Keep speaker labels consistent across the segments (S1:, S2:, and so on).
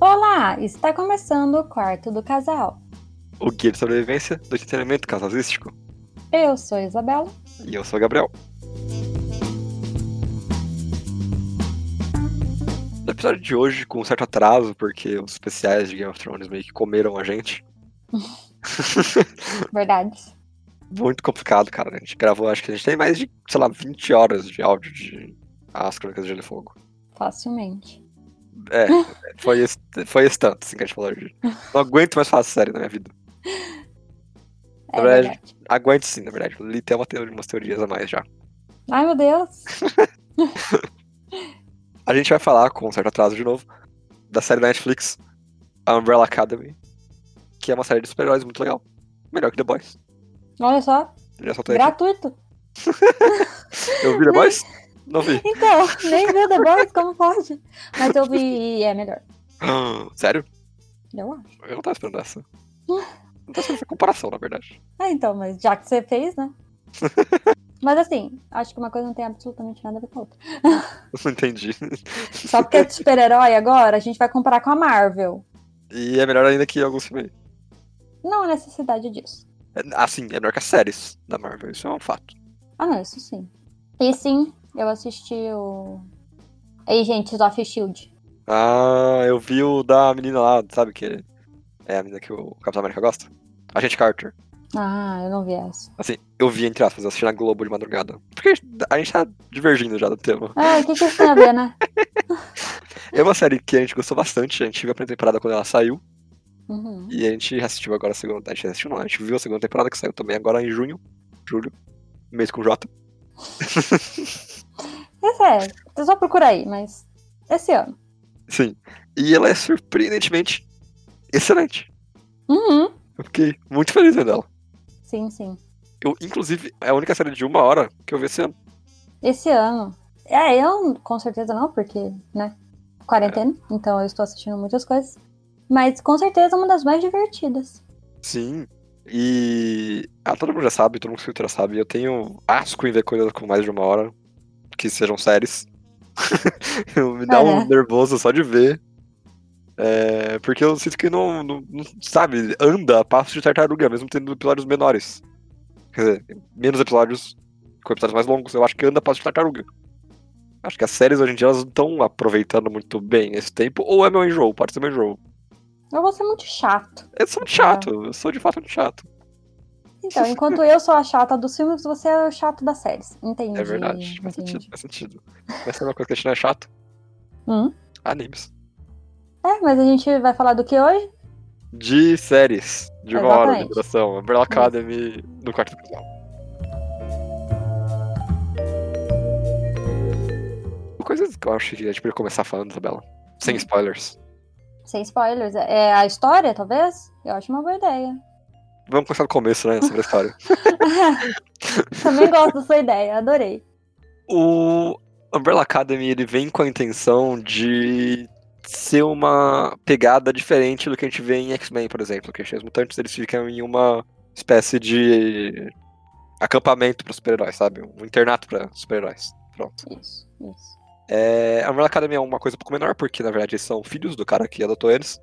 S1: Olá, está começando o quarto do casal.
S2: O Guia de Sobrevivência do Entretenimento Casalístico.
S1: Eu sou Isabela.
S2: E eu sou o Gabriel. No episódio de hoje, com um certo atraso, porque os especiais de Game of Thrones meio que comeram a gente.
S1: Verdade.
S2: Muito complicado, cara. né? A gente gravou, acho que a gente tem mais de, sei lá, 20 horas de áudio de As Crônicas de Gelo e Fogo.
S1: Facilmente.
S2: É, foi esse, foi esse tanto assim, que a gente falou hoje. Não aguento mais falar série na minha vida.
S1: É
S2: Na verdade-
S1: verdade.
S2: Aguento sim, na verdade. Li tem uma teoria, umas teorias a mais já.
S1: Ai, meu Deus.
S2: A gente vai falar, com um certo atraso de novo, da série da Netflix, a Umbrella Academy, que é uma série de super-heróis muito legal. Melhor que The Boys.
S1: Olha só,
S2: Eu Já soltei Tá aqui.
S1: gratuito.
S2: Eu vi The Boys? Não vi.
S1: Então, nem viu The Boys, como pode? Mas eu vi e é melhor.
S2: Sério?
S1: Eu acho.
S2: Eu não tava esperando essa. Não tava esperando essa comparação, na verdade.
S1: Ah, então, mas já que você fez, né? Mas assim, acho que uma coisa não tem absolutamente nada a ver com a outra.
S2: Eu não entendi.
S1: Só porque é de super-herói agora, a gente vai comparar com a Marvel.
S2: E é melhor ainda que alguns filmes.
S1: Não há necessidade disso.
S2: É- Assim, é melhor que as séries da Marvel, isso é um fato.
S1: Ah, não, isso sim. E sim, eu assisti o. Ei, gente, Off Shield.
S2: Ah, eu vi o da menina lá, sabe? Que é a menina que o Capitão América gosta. A gente Carter.
S1: Ah, eu não vi essa.
S2: Assim, eu vi, entre aspas, eu assisti na Globo de madrugada. Porque a gente- a gente tá divergindo já do tema.
S1: Ah, o que, que isso tem a ver, né?
S2: É uma série que a gente gostou bastante, a gente viu a primeira temporada quando ela saiu.
S1: Uhum.
S2: E a gente assistiu agora a segunda. A gente assistiu, não, a gente viu a segunda temporada que saiu também agora em junho, julho, mês com J.
S1: Esse é, você só procura aí, mas. Esse ano.
S2: Sim. E ela é surpreendentemente excelente.
S1: Uhum.
S2: Eu fiquei muito feliz vendo ela.
S1: Sim, sim.
S2: Eu, inclusive, é a única série de uma hora que eu vi esse ano.
S1: Esse ano. É, eu com certeza não, porque, né? Quarentena,
S2: É.
S1: então eu estou assistindo muitas coisas. Mas com certeza uma das mais divertidas.
S2: Sim. E ah, todo mundo já sabe, todo mundo que escuta já sabe. Eu tenho asco em ver coisas com mais de uma hora, que sejam séries. Eu- Me dá
S1: Olha.
S2: um nervoso só de ver. É, porque eu sinto que não, não- não- sabe, anda a passo de tartaruga, mesmo tendo episódios menores. Quer dizer, menos episódios, com episódios mais longos, eu acho que anda a passo de tartaruga. Acho que as séries hoje em dia elas não estão aproveitando muito bem esse tempo, ou é meu enjoo, pode ser meu enjoo.
S1: Eu vou ser muito chato.
S2: Eu sou muito chato, eu sou de fato muito chato.
S1: Então, enquanto eu sou a chata dos filmes, você é o chato das séries. Entendi.
S2: É verdade, faz
S1: entendi.
S2: sentido, faz sentido. Mas sabe uma coisa que a gente não é chato?
S1: Hum?
S2: Animes.
S1: É, mas a gente vai falar do que hoje?
S2: De séries, de uma hora de
S1: Exatamente.
S2: duração. Umbrella Academy no quarto do casal. Uma coisa que eu acho que a gente podia começar falando, Isabela. Sem
S1: Hum.
S2: spoilers.
S1: Sem spoilers. É a história, talvez? Eu acho uma boa ideia.
S2: Vamos começar do começo, né? Sobre a história.
S1: Também gosto da sua ideia, adorei.
S2: O Umbrella Academy ele vem com a intenção de ser uma pegada diferente do que a gente vê em X-Men, por exemplo. Que os mutantes eles ficam em uma espécie de acampamento para super-heróis, sabe? Um internato para super-heróis. Pronto.
S1: Isso, isso.
S2: É, a Umbrella Academy é uma coisa um pouco menor, porque na verdade eles são filhos do cara que adotou eles.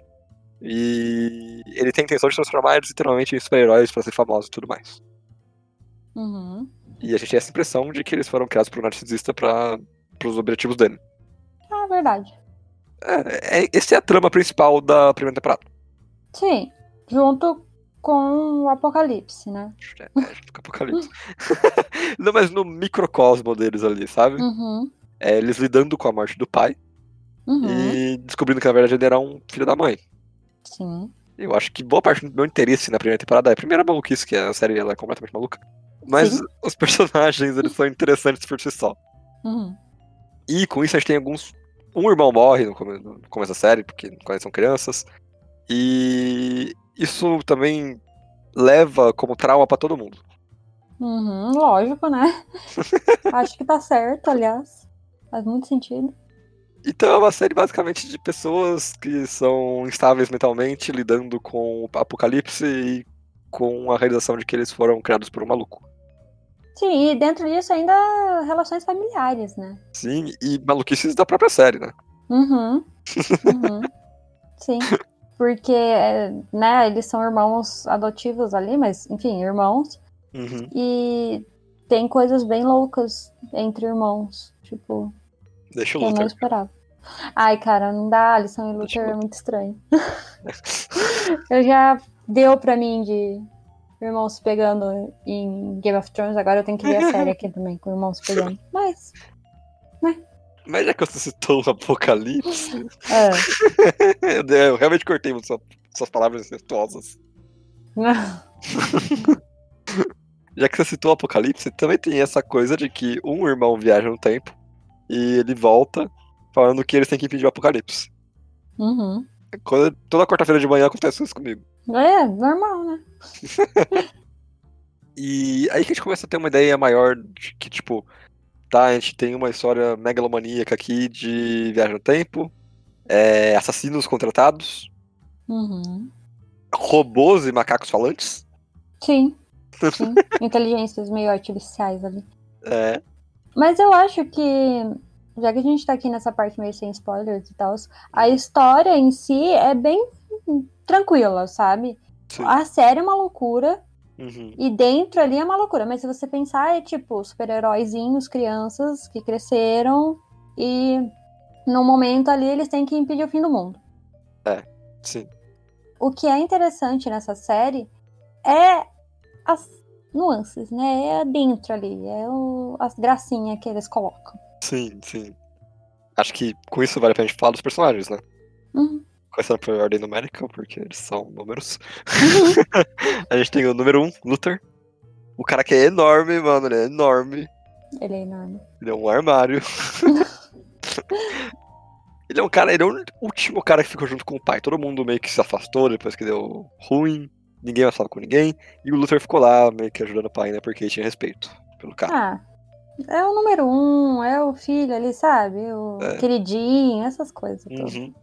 S2: E ele tem a intenção de transformar eles literalmente em super-heróis para ser famosos e tudo mais.
S1: Uhum.
S2: E a gente tem essa impressão de que eles foram criados por um narcisista para os objetivos dele.
S1: Ah, verdade.
S2: É, é, essa é a trama principal da primeira temporada.
S1: Sim, junto com o Apocalipse, né?
S2: É, é, junto com o Apocalipse. Não, mas no microcosmo deles ali, sabe?
S1: Uhum,
S2: É, eles lidando com a morte do pai
S1: uhum.
S2: e descobrindo que na verdade ele era um filho da mãe.
S1: Sim.
S2: Eu acho que boa parte do meu interesse na primeira temporada é a primeira maluquice, que a série ela é completamente maluca. Mas
S1: Sim.
S2: os personagens, eles são interessantes por si só.
S1: Uhum.
S2: E com isso a gente tem alguns. Um irmão morre no come- no começo da série, porque quando eles são crianças. E isso também leva como trauma pra todo mundo.
S1: Uhum, lógico, né? Acho que tá certo, aliás. Faz muito sentido.
S2: Então é uma série basicamente de pessoas que são instáveis mentalmente, lidando com o apocalipse e com a realização de que eles foram criados por um maluco.
S1: Sim, e dentro disso ainda relações familiares, né?
S2: Sim, e maluquices da própria série, né?
S1: Uhum. Uhum. Sim. Porque, é, né, eles são irmãos adotivos ali, mas, enfim, irmãos.
S2: Uhum.
S1: E tem coisas bem loucas entre irmãos. Tipo,
S2: Deixa o
S1: que eu não
S2: Luther.
S1: esperava. Ai, cara, não dá. Lição e
S2: Deixa
S1: Luther
S2: eu-
S1: é muito estranho. eu já deu pra mim de irmãos se pegando em Game of Thrones. Agora eu tenho que ver a série aqui também, com irmãos se pegando. Mas,
S2: Mas já que você citou o Apocalipse,
S1: é.
S2: eu realmente cortei muito sua- suas palavras incestuosas. Já que você citou o Apocalipse, também tem essa coisa de que um irmão viaja no tempo e ele volta falando que eles têm que impedir o Apocalipse.
S1: Uhum.
S2: Quando- toda quarta-feira de manhã acontece isso comigo.
S1: É, normal, né?
S2: E aí que a gente começa a ter uma ideia maior de que, tipo, tá, a gente tem uma história megalomaníaca aqui de viagem no tempo, é, assassinos contratados,
S1: Uhum.
S2: robôs e macacos falantes.
S1: Sim. Sim. Inteligências meio artificiais ali.
S2: É,
S1: Mas eu acho que, já que a gente tá aqui nessa parte meio sem spoilers e tal, a história em si é bem tranquila, sabe?
S2: sim.
S1: A série é uma loucura
S2: Uhum.
S1: e dentro ali é uma loucura, mas se você pensar, é tipo super-heróizinhos, crianças que cresceram e num momento ali eles têm que impedir o fim do mundo.
S2: É, Sim.
S1: o que é interessante nessa série é as nuances, né? É dentro ali, é o- as gracinhas que eles colocam.
S2: Sim, sim. Acho que com isso vale a pena a gente falar dos personagens, né?
S1: Uhum.
S2: Começando por ordem numérica, porque eles são números. a gente tem o número 1, um, Luther. O cara que é enorme, mano, ele é enorme.
S1: Ele é enorme.
S2: Ele é um armário. ele é um cara, ele é o último cara que ficou junto com o pai. Todo mundo meio que se afastou depois que deu ruim. Ninguém mais falava com ninguém. E o Luther ficou lá meio que ajudando o pai, né? Porque ele tinha respeito pelo cara.
S1: Ah, é o número um, é o filho ali, sabe? O
S2: É.
S1: queridinho, essas coisas. todas.
S2: Uhum.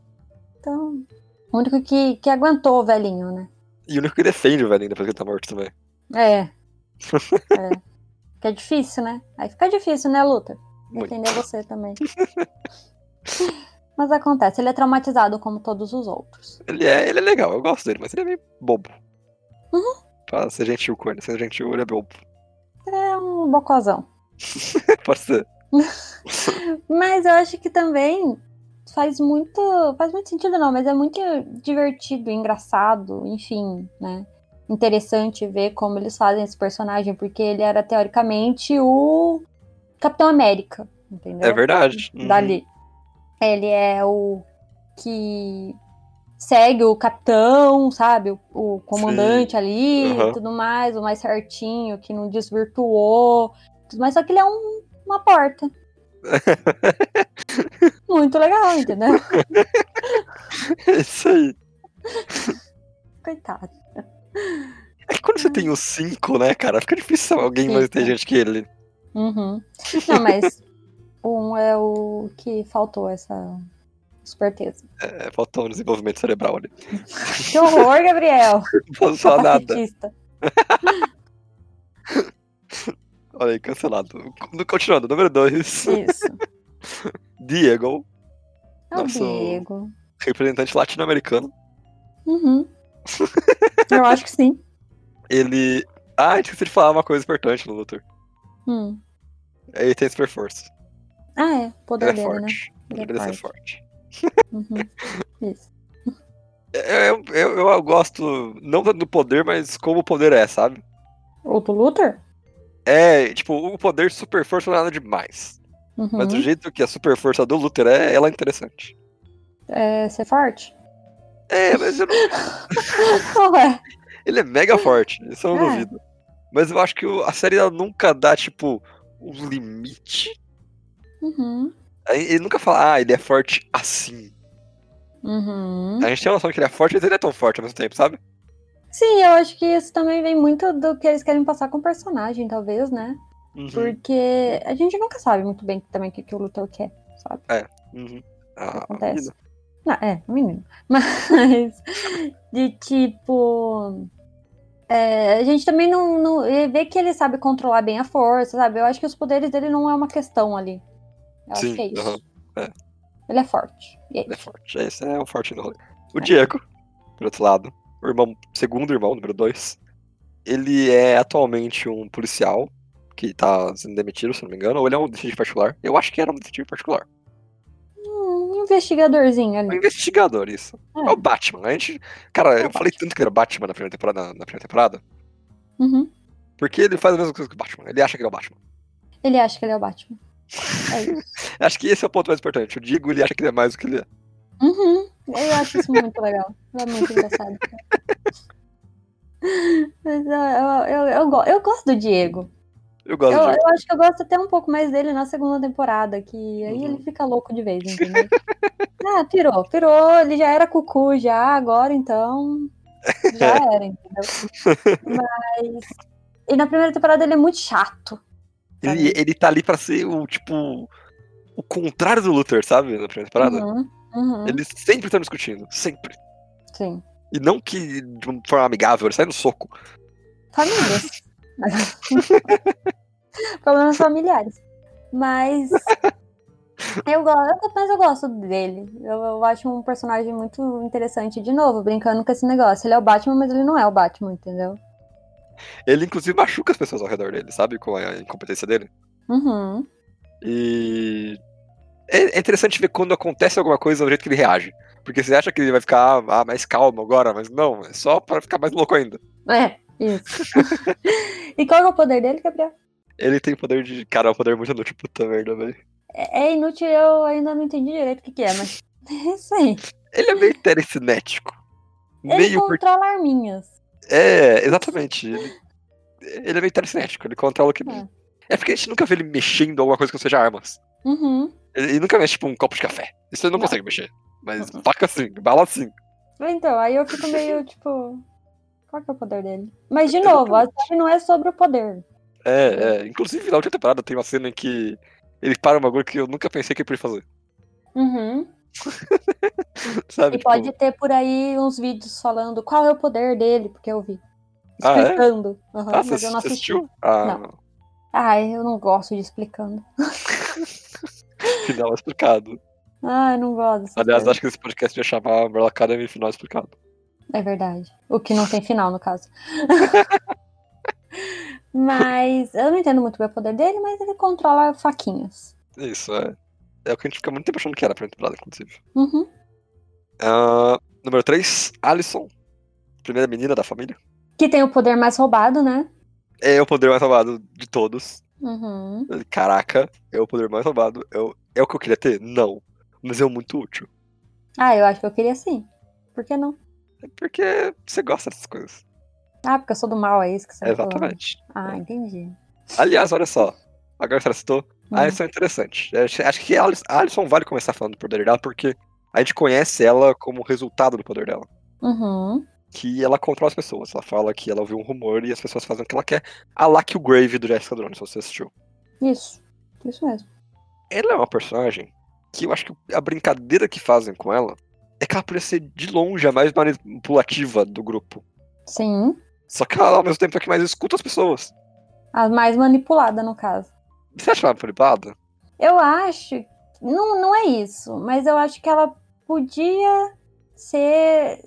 S1: Então, o único que, que aguentou o velhinho, né?
S2: E o único que defende o velhinho depois que ele tá morto também.
S1: É. é. Que é difícil, né? Aí fica difícil, né, Luta?
S2: Muito.
S1: Defender você também. Mas acontece, ele é traumatizado como todos os outros.
S2: Ele é, ele é legal, eu gosto dele, mas ele é meio bobo. Pra ser gentil com ele, ser gentil, ele é bobo.
S1: É um bocozão.
S2: Pode ser.
S1: Mas eu acho que também faz muito. Faz muito sentido, não, mas é muito divertido, engraçado, enfim, né? Interessante ver como eles fazem esse personagem, porque ele era teoricamente o Capitão América, entendeu?
S2: É verdade. Uhum.
S1: Dali. Ele é o que segue o capitão, sabe? O, o comandante ali e
S2: Aham.
S1: tudo mais, o mais certinho, que não desvirtuou. Tudo mais, só que ele é um- uma porta. Muito legal, entendeu?
S2: É isso aí.
S1: Coitado.
S2: É que quando você tem os cinco, né, cara? Fica difícil alguém mais
S1: Fica.
S2: inteligente que ele.
S1: Uhum. Não, mas um é o que faltou essa esperteza.
S2: É, faltou um desenvolvimento cerebral ali.
S1: Que horror, Gabriel!
S2: Não Faltou nada.
S1: Capacitista.
S2: Olha aí, cancelado. Continuando, número 2.
S1: Isso.
S2: Diego,
S1: É o
S2: Nossa,
S1: Diego.
S2: representante latino-americano.
S1: Uhum. Eu acho que sim.
S2: Ele. Ah, eu esqueci de falar uma coisa importante no Luthor.
S1: Hum.
S2: Ele tem super força.
S1: Ah, é.
S2: Ele
S1: Poder
S2: é
S1: dele, né?
S2: forte.
S1: Ele
S2: Ele
S1: é
S2: deve ser forte. É,
S1: Uhum. Isso.
S2: Eu, eu, eu, eu gosto, não tanto do poder, mas como o poder é, sabe?
S1: Ou do Luthor?
S2: É, tipo, o poder super força não é nada demais.
S1: Uhum.
S2: Mas do jeito que a super força do Luthor é, ela é interessante.
S1: É ser forte?
S2: É, mas eu não
S1: Ué.
S2: Ele é mega forte, isso eu não
S1: É.
S2: duvido. Mas eu acho que o- a série ela nunca dá, tipo, um limite.
S1: Uhum.
S2: Aí Ele nunca fala, ah, ele é forte assim.
S1: Uhum.
S2: A gente tem a noção que ele é forte, mas ele não é tão forte ao mesmo tempo, sabe?
S1: Sim, eu acho que isso também vem muito do que eles querem passar com o personagem, talvez, né? Porque a gente nunca sabe muito bem também o que, que o Luthor quer, sabe?
S2: Uhum.
S1: O que
S2: Ah,
S1: acontece.
S2: menina.
S1: Não, é, o menino. Mas, de tipo. é, a gente também não, não. e Vê que ele sabe controlar bem a força, sabe? Eu acho que os poderes dele não é uma questão ali. Eu acho
S2: Sim,
S1: que é isso.
S2: aham, é.
S1: Ele é forte. E é
S2: ele é forte, é isso, é um forte no rolê. O Diego, por outro lado, o irmão, segundo irmão, número 2, ele é atualmente um policial que tá sendo demitido, se não me engano, ou ele é um detetive particular. Eu acho que era um detetive particular.
S1: Um investigadorzinho
S2: Um
S1: ali.
S2: investigador, isso. É, o Batman. A gente. Cara, eu falei tanto que era o Batman na primeira temporada, na, na primeira temporada,
S1: Uhum.
S2: porque ele faz a mesma coisa que o Batman. Ele acha que ele é o Batman.
S1: Ele acha que ele é o Batman. É isso.
S2: Acho que esse é o ponto mais importante. O Diego, ele acha que ele é mais do que ele é.
S1: Uhum. Eu acho isso muito legal. É muito engraçado. Mas eu, eu, eu, eu, go- eu gosto do Diego.
S2: Eu
S1: Eu,
S2: gosto do Diego.
S1: eu acho que eu gosto até um pouco mais dele na segunda temporada, que aí
S2: Uhum.
S1: ele fica louco de vez, entendeu? ah, pirou, pirou, ele já era cucu já, agora então. Já era, entendeu? Mas. E na primeira temporada ele é muito chato.
S2: Ele, ele tá ali pra ser o, tipo, o contrário do Luthor, sabe? Na primeira temporada.
S1: Uhum, uhum,
S2: Eles sempre estão discutindo, sempre.
S1: Sim.
S2: E não que de uma forma amigável, ele sai no soco.
S1: Famílias. Problemas familiares. Mas. Eu gosto, mas eu gosto dele. Eu, eu acho um personagem muito interessante, de novo, brincando com esse negócio. Ele é o Batman, mas ele não é o Batman, entendeu?
S2: Ele, inclusive, machuca as pessoas ao redor dele, sabe? Com a incompetência dele.
S1: Uhum.
S2: E. É é interessante ver quando acontece alguma coisa, o jeito que ele reage. Porque você acha que ele vai ficar ah, mais calmo agora, mas não, é só pra ficar mais louco ainda.
S1: É, isso. e qual é o poder dele, Gabriel?
S2: Ele tem poder de. Cara, é um poder muito inútil, puta merda, velho.
S1: É, é inútil, eu ainda não entendi direito o que, que é, mas. É isso aí.
S2: Ele é meio telecinético.
S1: Ele
S2: meio porque.
S1: controla arminhas.
S2: É, exatamente. Ele, ele é meio telecinético, ele controla o que.
S1: É.
S2: É porque a gente nunca vê ele mexendo em alguma coisa que não seja armas.
S1: Uhum.
S2: Ele, ele nunca mexe, tipo, um copo de café. Isso ele não,
S1: Não.
S2: consegue mexer. Mas
S1: Uhum.
S2: faca sim, bala assim. sim.
S1: Então, aí eu fico meio tipo. Qual que é o poder dele? Mas, de novo, a série não é sobre o poder.
S2: É, é. Inclusive, na última temporada tem uma cena em que ele para um bagulho que eu nunca pensei que ele podia fazer.
S1: Uhum.
S2: Sabe?
S1: E
S2: Tipo,
S1: pode ter por aí uns vídeos falando qual é o poder dele, porque eu vi.
S2: Ah, é?
S1: Explicando. Aham,
S2: Ah,
S1: mas
S2: você
S1: eu não
S2: você
S1: assisti.
S2: assistiu? Ah,
S1: Não.
S2: não.
S1: Ai, eu não gosto de explicando.
S2: Final é explicado.
S1: Ai, eu não gosto. dessas
S2: Aliás,
S1: coisas.
S2: acho que esse podcast ia chamar Umbrella Academy Final Explicado.
S1: É verdade. O que não tem final, no caso. mas eu não entendo muito bem o poder dele, mas ele controla faquinhas.
S2: Isso, é. É o que a gente fica muito tempo achando que era a primeira temporada, inclusive.
S1: Uhum.
S2: Ah, número 3, Alison. Primeira menina da família.
S1: Que tem o poder mais roubado, né?
S2: É o poder mais roubado de todos.
S1: Uhum.
S2: Caraca, é o poder mais roubado. É o, é o que eu queria ter? Não. Mas é muito útil.
S1: Ah, eu acho que eu queria sim. Por que não?
S2: É porque você gosta dessas coisas.
S1: Ah, porque eu sou do mal, é isso que você tá falando.
S2: Exatamente.
S1: Ah, entendi.
S2: Aliás, olha só. Agora que você citou,
S1: Hum.
S2: a Alison é interessante. Eu Acho acho que a Alison- a Alison vale começar falando do poder dela, porque a gente conhece ela como resultado do poder dela.
S1: Uhum.
S2: Que ela controla as pessoas. Ela fala que ela ouviu um rumor e as pessoas fazem o que ela quer. A lá que o Grave do Jessica Jones, se você assistiu.
S1: Isso. Isso mesmo.
S2: Ela é uma personagem que eu acho que a brincadeira que fazem com ela é que ela podia ser de longe a mais manipulativa do grupo.
S1: Sim.
S2: Só que ela, ao mesmo tempo, é a que mais escuta as pessoas.
S1: A mais manipulada, no caso.
S2: Você acha ela manipulada?
S1: Eu acho. Não, não é isso, mas eu acho que ela podia ser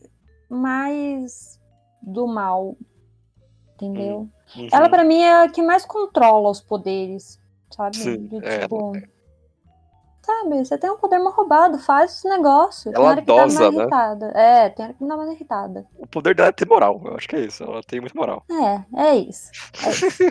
S1: mais do mal. Entendeu? Ela,
S2: Uhum.
S1: pra mim, é a que mais controla os poderes. Sabe?
S2: Sim,
S1: Do
S2: é,
S1: tipo. Sabe, você tem um poder mal roubado, faz os negócios.
S2: Ela
S1: tem hora que tá
S2: dosa,
S1: mais
S2: né?
S1: irritada. É, tem hora que me dá mais irritada.
S2: O poder dela é ter moral. Eu acho que é isso. Ela tem muita moral.
S1: É, é isso. É isso.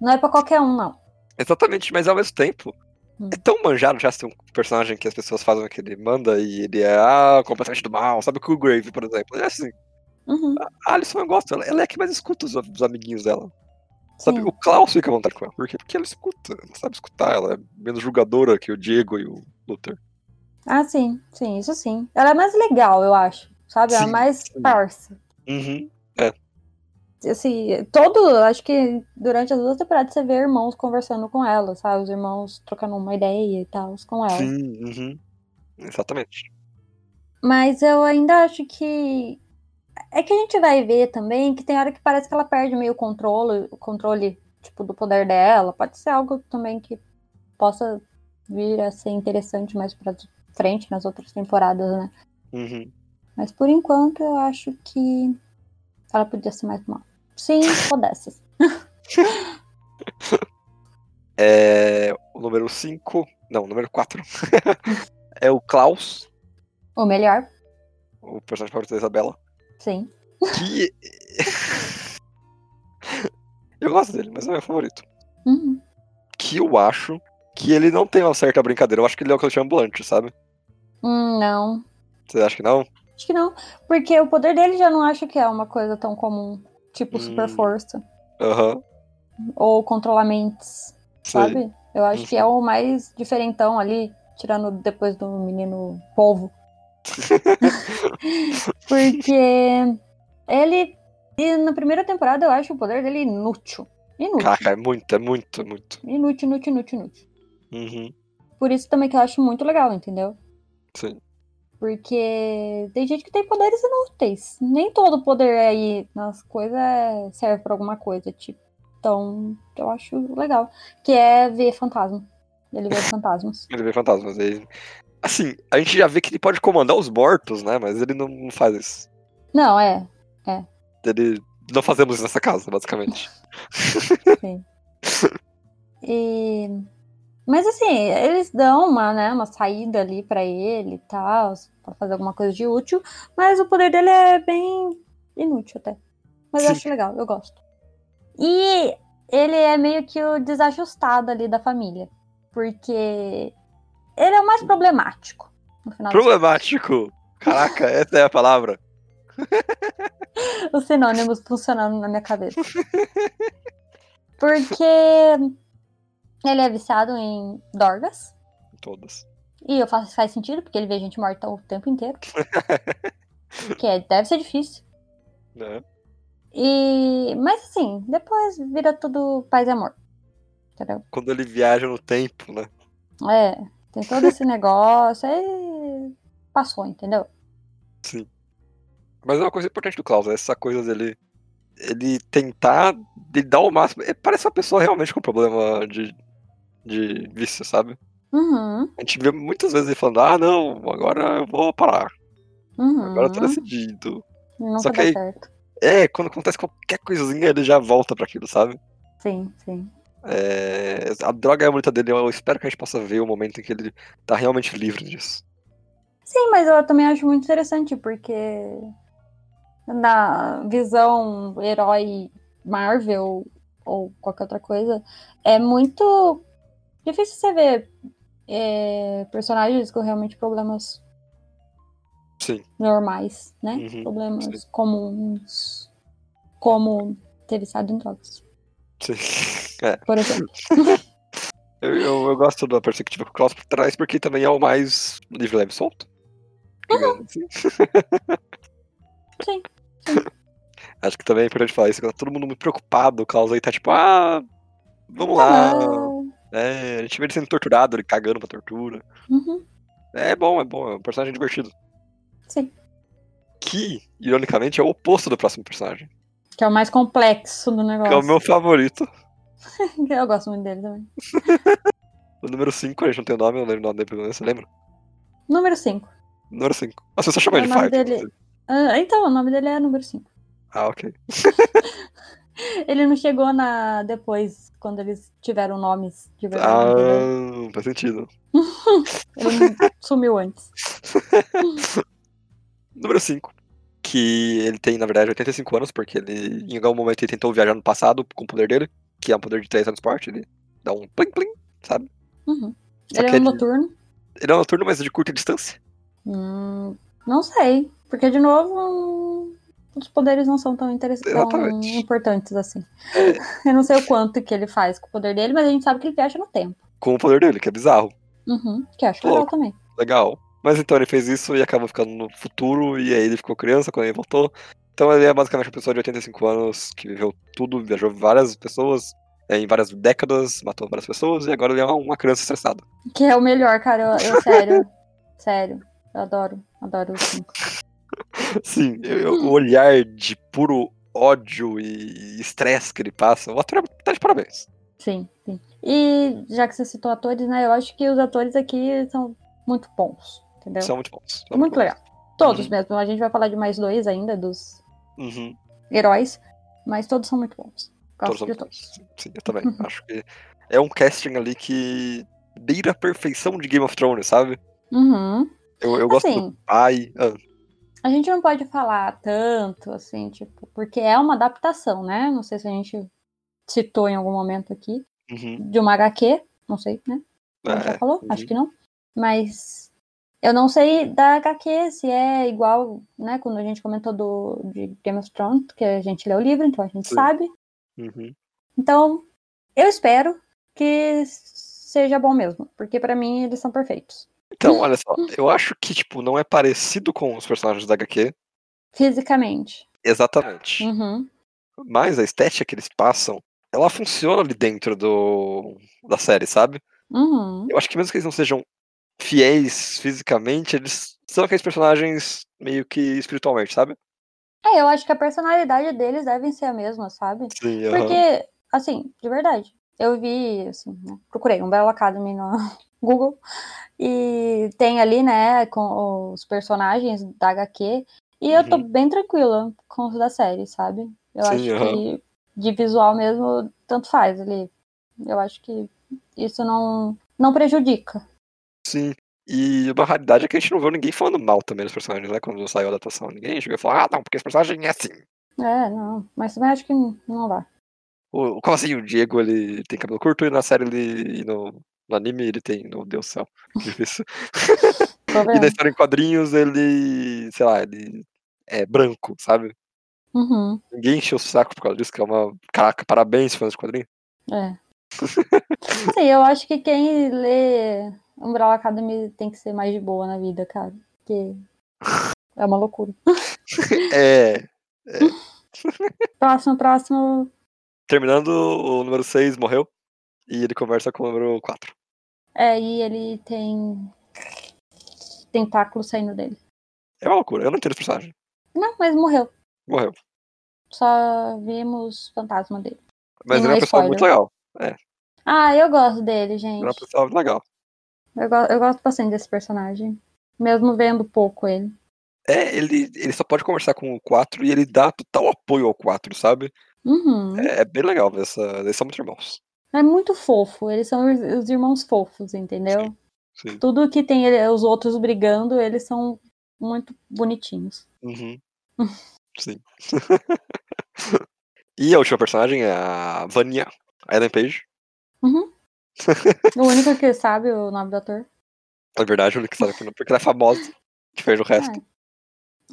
S1: não é pra qualquer um, não.
S2: Exatamente, mas ao mesmo tempo,
S1: Hum.
S2: é tão manjado já ser um personagem que as pessoas fazem o que ele manda e ele é ah, completamente do mal, sabe? Com o Grave, por exemplo. É assim,
S1: Uhum,
S2: a Alison eu gosto, ela, ela é a que mais escuta os, os amiguinhos dela. Sabe?
S1: sim.
S2: O Klaus fica à vontade com ela. Por quê? Porque ela escuta, ela sabe escutar, ela é menos julgadora que o Diego e o Luther.
S1: Ah, sim, sim, isso sim. Ela é mais legal, eu acho. Sabe? Ela é
S2: Sim,
S1: mais
S2: sim.
S1: parça.
S2: Uhum.
S1: Assim, todo. Acho que durante as duas temporadas você vê irmãos conversando com ela, sabe? Os irmãos trocando uma ideia e tal com ela.
S2: Sim, uhum. Exatamente.
S1: Mas eu ainda acho que. É que a gente vai ver também que tem hora que parece que ela perde meio o controle, o controle, tipo, do poder dela. Pode ser algo também que possa vir a ser interessante mais pra frente nas outras temporadas, né?
S2: Uhum.
S1: Mas Mas por enquanto eu acho que ela podia ser mais mal. Sim, pudesse.
S2: É, o número 5. Não, o número 4. é o Klaus,
S1: Ou melhor,
S2: o personagem favorito da Isabela.
S1: sim.
S2: Que. eu gosto dele, mas não é meu favorito.
S1: Uhum.
S2: Que eu acho que ele não tem uma certa brincadeira. Eu acho que ele é o Clash ambulante, sabe?
S1: Hum, não.
S2: Você acha que não?
S1: Acho que não. Porque o poder dele já não acho que é uma coisa tão comum. Tipo
S2: Hum.
S1: super força.
S2: Aham.
S1: Ou controlar mentes,
S2: Sei.
S1: sabe? Eu acho que é o mais diferentão ali, tirando depois do menino polvo. Porque ele. E na primeira temporada eu acho o poder dele inútil. Inútil.
S2: Caraca, é muito, é muito, muito.
S1: Inútil, inútil, inútil, inútil.
S2: Uhum.
S1: Por isso também que eu acho muito legal, entendeu?
S2: Sim.
S1: Porque tem gente que tem poderes inúteis. Nem todo poder aí nas coisas é- serve pra alguma coisa, tipo. Então, eu acho legal. Que é ver fantasma. Ele vê fantasmas.
S2: Ele é vê fantasmas. Aí... Assim, a gente já vê que ele pode comandar os mortos, né? Mas ele não faz isso.
S1: Não, é.
S2: Ele... Não fazemos isso nessa casa, basicamente.
S1: E... Mas assim, eles dão uma, né, uma saída ali pra ele e tal, pra fazer alguma coisa de útil. Mas o poder dele é bem inútil até. Mas eu
S2: Sim.
S1: acho legal, eu gosto. E ele é meio que o desajustado ali da família. Porque ele é o mais problemático. No final das
S2: Problemático! Caraca, essa é a palavra.
S1: os sinônimos funcionando na minha cabeça. Porque ele é viciado em drogas.
S2: Todas.
S1: E eu faço, faz sentido, porque ele vê gente morta o tempo inteiro. que é- deve ser difícil.
S2: Né?
S1: E, mas assim, depois vira tudo paz e amor. Entendeu?
S2: Quando ele viaja no tempo, né?
S1: É, tem todo esse negócio, aí passou, entendeu?
S2: Sim. Mas é uma coisa importante do Klaus, é essa coisa dele. Ele tentar. Ele dar o máximo. Ele parece uma pessoa realmente com problema de. De vício, sabe?
S1: Uhum,
S2: A gente vê muitas vezes ele falando: ah, não, agora eu vou parar.
S1: uhum.
S2: Agora eu tô decidido.
S1: Nunca
S2: só que
S1: dá
S2: aí-
S1: certo.
S2: É, quando acontece qualquer coisinha, ele já volta pra aquilo, sabe?
S1: Sim, sim.
S2: É, a droga é a muleta dele. Eu espero que a gente possa ver o momento em que ele tá realmente livre disso.
S1: Sim, mas eu também acho muito interessante, porque na visão herói Marvel ou qualquer outra coisa, é muito difícil você ver é, personagens com realmente problemas
S2: Sim.
S1: normais, né?
S2: Uhum,
S1: problemas
S2: sim.
S1: comuns, como ter viciado em drogas,
S2: Sim. É,
S1: por exemplo.
S2: eu, eu, eu gosto da perspectiva que o Klaus traz, porque também é o mais livre, leve e solto. Digamos assim.
S1: Uhum. Sim,
S2: Acho que também é importante falar isso, que tá todo mundo muito preocupado. O Klaus aí tá tipo, ah, vamos lá.
S1: Ah,
S2: É, a gente vê ele sendo torturado, ele cagando pra tortura.
S1: uhum,
S2: É bom, é bom, é um personagem divertido.
S1: Sim.
S2: Que, ironicamente, é o oposto do próximo personagem.
S1: que é o mais complexo do
S2: Que é o
S1: negócio.
S2: meu favorito.
S1: Eu gosto muito dele também.
S2: O número 5, a gente não tem o nome, eu não lembro o nome dele, pelo menos, você lembra?
S1: Número 5.
S2: Número 5. Ah, você só chama
S1: É o
S2: ele
S1: nome
S2: 5.
S1: dele. Ah, então, o nome dele é número 5.
S2: Ah, ok.
S1: Ele não chegou na depois, quando eles tiveram nomes de verdade. entendeu?
S2: Ah, faz sentido.
S1: Ele não sumiu antes.
S2: Número 5. Que ele tem, na verdade, 85 anos, porque ele, em algum momento, ele tentou viajar no passado com o poder dele, que é um poder de três anos forte. Ele dá um plim plim.
S1: Uhum.
S2: Só
S1: Ele
S2: que
S1: é um
S2: ele-
S1: noturno?
S2: Ele é um noturno, mas de curta distância.
S1: Hum, não sei. Porque, de novo, hum, os poderes não são tão interessantes, tão
S2: Exatamente. É.
S1: importantes assim. Eu não sei o quanto que ele faz com o poder dele, mas a gente sabe que ele viaja no tempo.
S2: Com o poder dele, que é bizarro.
S1: Uhum, que eu acho legal
S2: Louco.
S1: também.
S2: Legal. Mas então ele fez isso e acabou ficando no futuro, e aí ele ficou criança quando ele voltou. Então ele é basicamente uma pessoa de 85 anos que viveu tudo, viajou várias pessoas é, em várias décadas, matou várias pessoas, e agora ele é uma- uma criança estressada.
S1: Que é o melhor, cara. Eu, eu- sério. sério. Eu adoro. Adoro o cinco.
S2: Sim, eu- eu- o olhar de puro ódio e e estresse que ele passa, o ator é- tá de parabéns.
S1: Sim, sim. E já que você citou atores, né? Eu acho que os atores aqui são muito bons, entendeu?
S2: São muito bons. são
S1: muito
S2: bons.
S1: legal. Todos
S2: Uhum.
S1: mesmo. A gente vai falar de mais dois ainda, dos
S2: Uhum.
S1: heróis. Mas todos são muito bons. Gosto
S2: Todos
S1: de
S2: são-
S1: todos.
S2: Sim, eu também. Acho que é um casting ali que beira a perfeição de Game of Thrones, sabe?
S1: Uhum.
S2: Eu, eu gosto do
S1: Assim,
S2: pai. Ah,
S1: a gente não pode falar tanto, assim, tipo, porque é uma adaptação, né? Não sei se a gente citou em algum momento aqui,
S2: uhum.
S1: de uma HQ, não sei, né? A gente já
S2: É,
S1: falou?
S2: uhum.
S1: Acho que não. Mas eu não sei da HQ se é igual, né? Quando a gente comentou do, de Game of Thrones, que a gente lê o livro, então a gente
S2: Sim.
S1: sabe.
S2: uhum.
S1: Então, eu espero que seja bom mesmo, porque pra mim eles são perfeitos.
S2: Então, olha só, eu acho que, tipo, não é parecido com os personagens da HQ.
S1: Fisicamente.
S2: Exatamente.
S1: Uhum.
S2: Mas a estética que eles passam, ela funciona ali dentro do, da série, sabe?
S1: Uhum.
S2: Eu acho que mesmo que eles não sejam fiéis fisicamente, eles são aqueles personagens meio que espiritualmente, sabe?
S1: É, eu acho que a personalidade deles devem ser a mesma, sabe?
S2: Sim, aham.
S1: Porque, assim, de verdade, eu vi, assim, né, procurei um Belo Academy no Google e tem ali, né, com os personagens da HQ e eu tô bem tranquila com os da série, sabe? Eu
S2: Uhum. Sim,
S1: acho
S2: aham.
S1: que de visual mesmo, tanto faz ali. Eu acho que isso não, não prejudica.
S2: Sim. E uma realidade é que a gente não viu ninguém falando mal também dos personagens, né? Quando saiu a adaptação, ninguém chegou a falar, ah, não, porque esse personagem é assim.
S1: É, não, mas também acho que não vai.
S2: O, como assim o Diego, ele tem cabelo curto e na série ele. E no, no anime ele tem. Meu Deus do céu, que difícil. E na
S1: Problema.
S2: história em quadrinhos ele. sei lá, ele é branco, sabe?
S1: Uhum,
S2: Ninguém encheu o saco por causa disso, que é uma. Caraca, parabéns, fãs de quadrinhos.
S1: é. Assim, eu acho que quem lê Umbrella Academy tem que ser mais de boa na vida, cara. Porque é uma loucura.
S2: É.
S1: Próximo, próximo.
S2: Terminando, o número 6 morreu. E ele conversa com o número 4.
S1: É, e ele tem tentáculo saindo dele.
S2: É uma loucura, eu não entendo esse personagem.
S1: Não, mas morreu.
S2: Morreu.
S1: Só vimos fantasma dele.
S2: Mas
S1: Não
S2: ele é
S1: é
S2: uma pessoa muito
S1: spoiler.
S2: legal.
S1: Ah, eu gosto dele,
S2: Ele é uma
S1: gente.
S2: pessoa muito legal.
S1: Eu, go- eu gosto bastante desse personagem. Mesmo vendo pouco ele.
S2: É, ele, ele só pode conversar com o 4 e ele dá total apoio ao 4, sabe?
S1: Uhum.
S2: É, é bem legal ver essa. Eles são muito irmãos.
S1: É muito fofo. Eles são os- os irmãos fofos, entendeu?
S2: Sim.
S1: Tudo que tem ele- os outros brigando, eles são muito bonitinhos.
S2: Uhum. Sim. e a última personagem é a Vania, a Ellen Page.
S1: O único que sabe o nome do ator.
S2: Na verdade, o que sabe que não- porque ela é famosa, que fez o resto.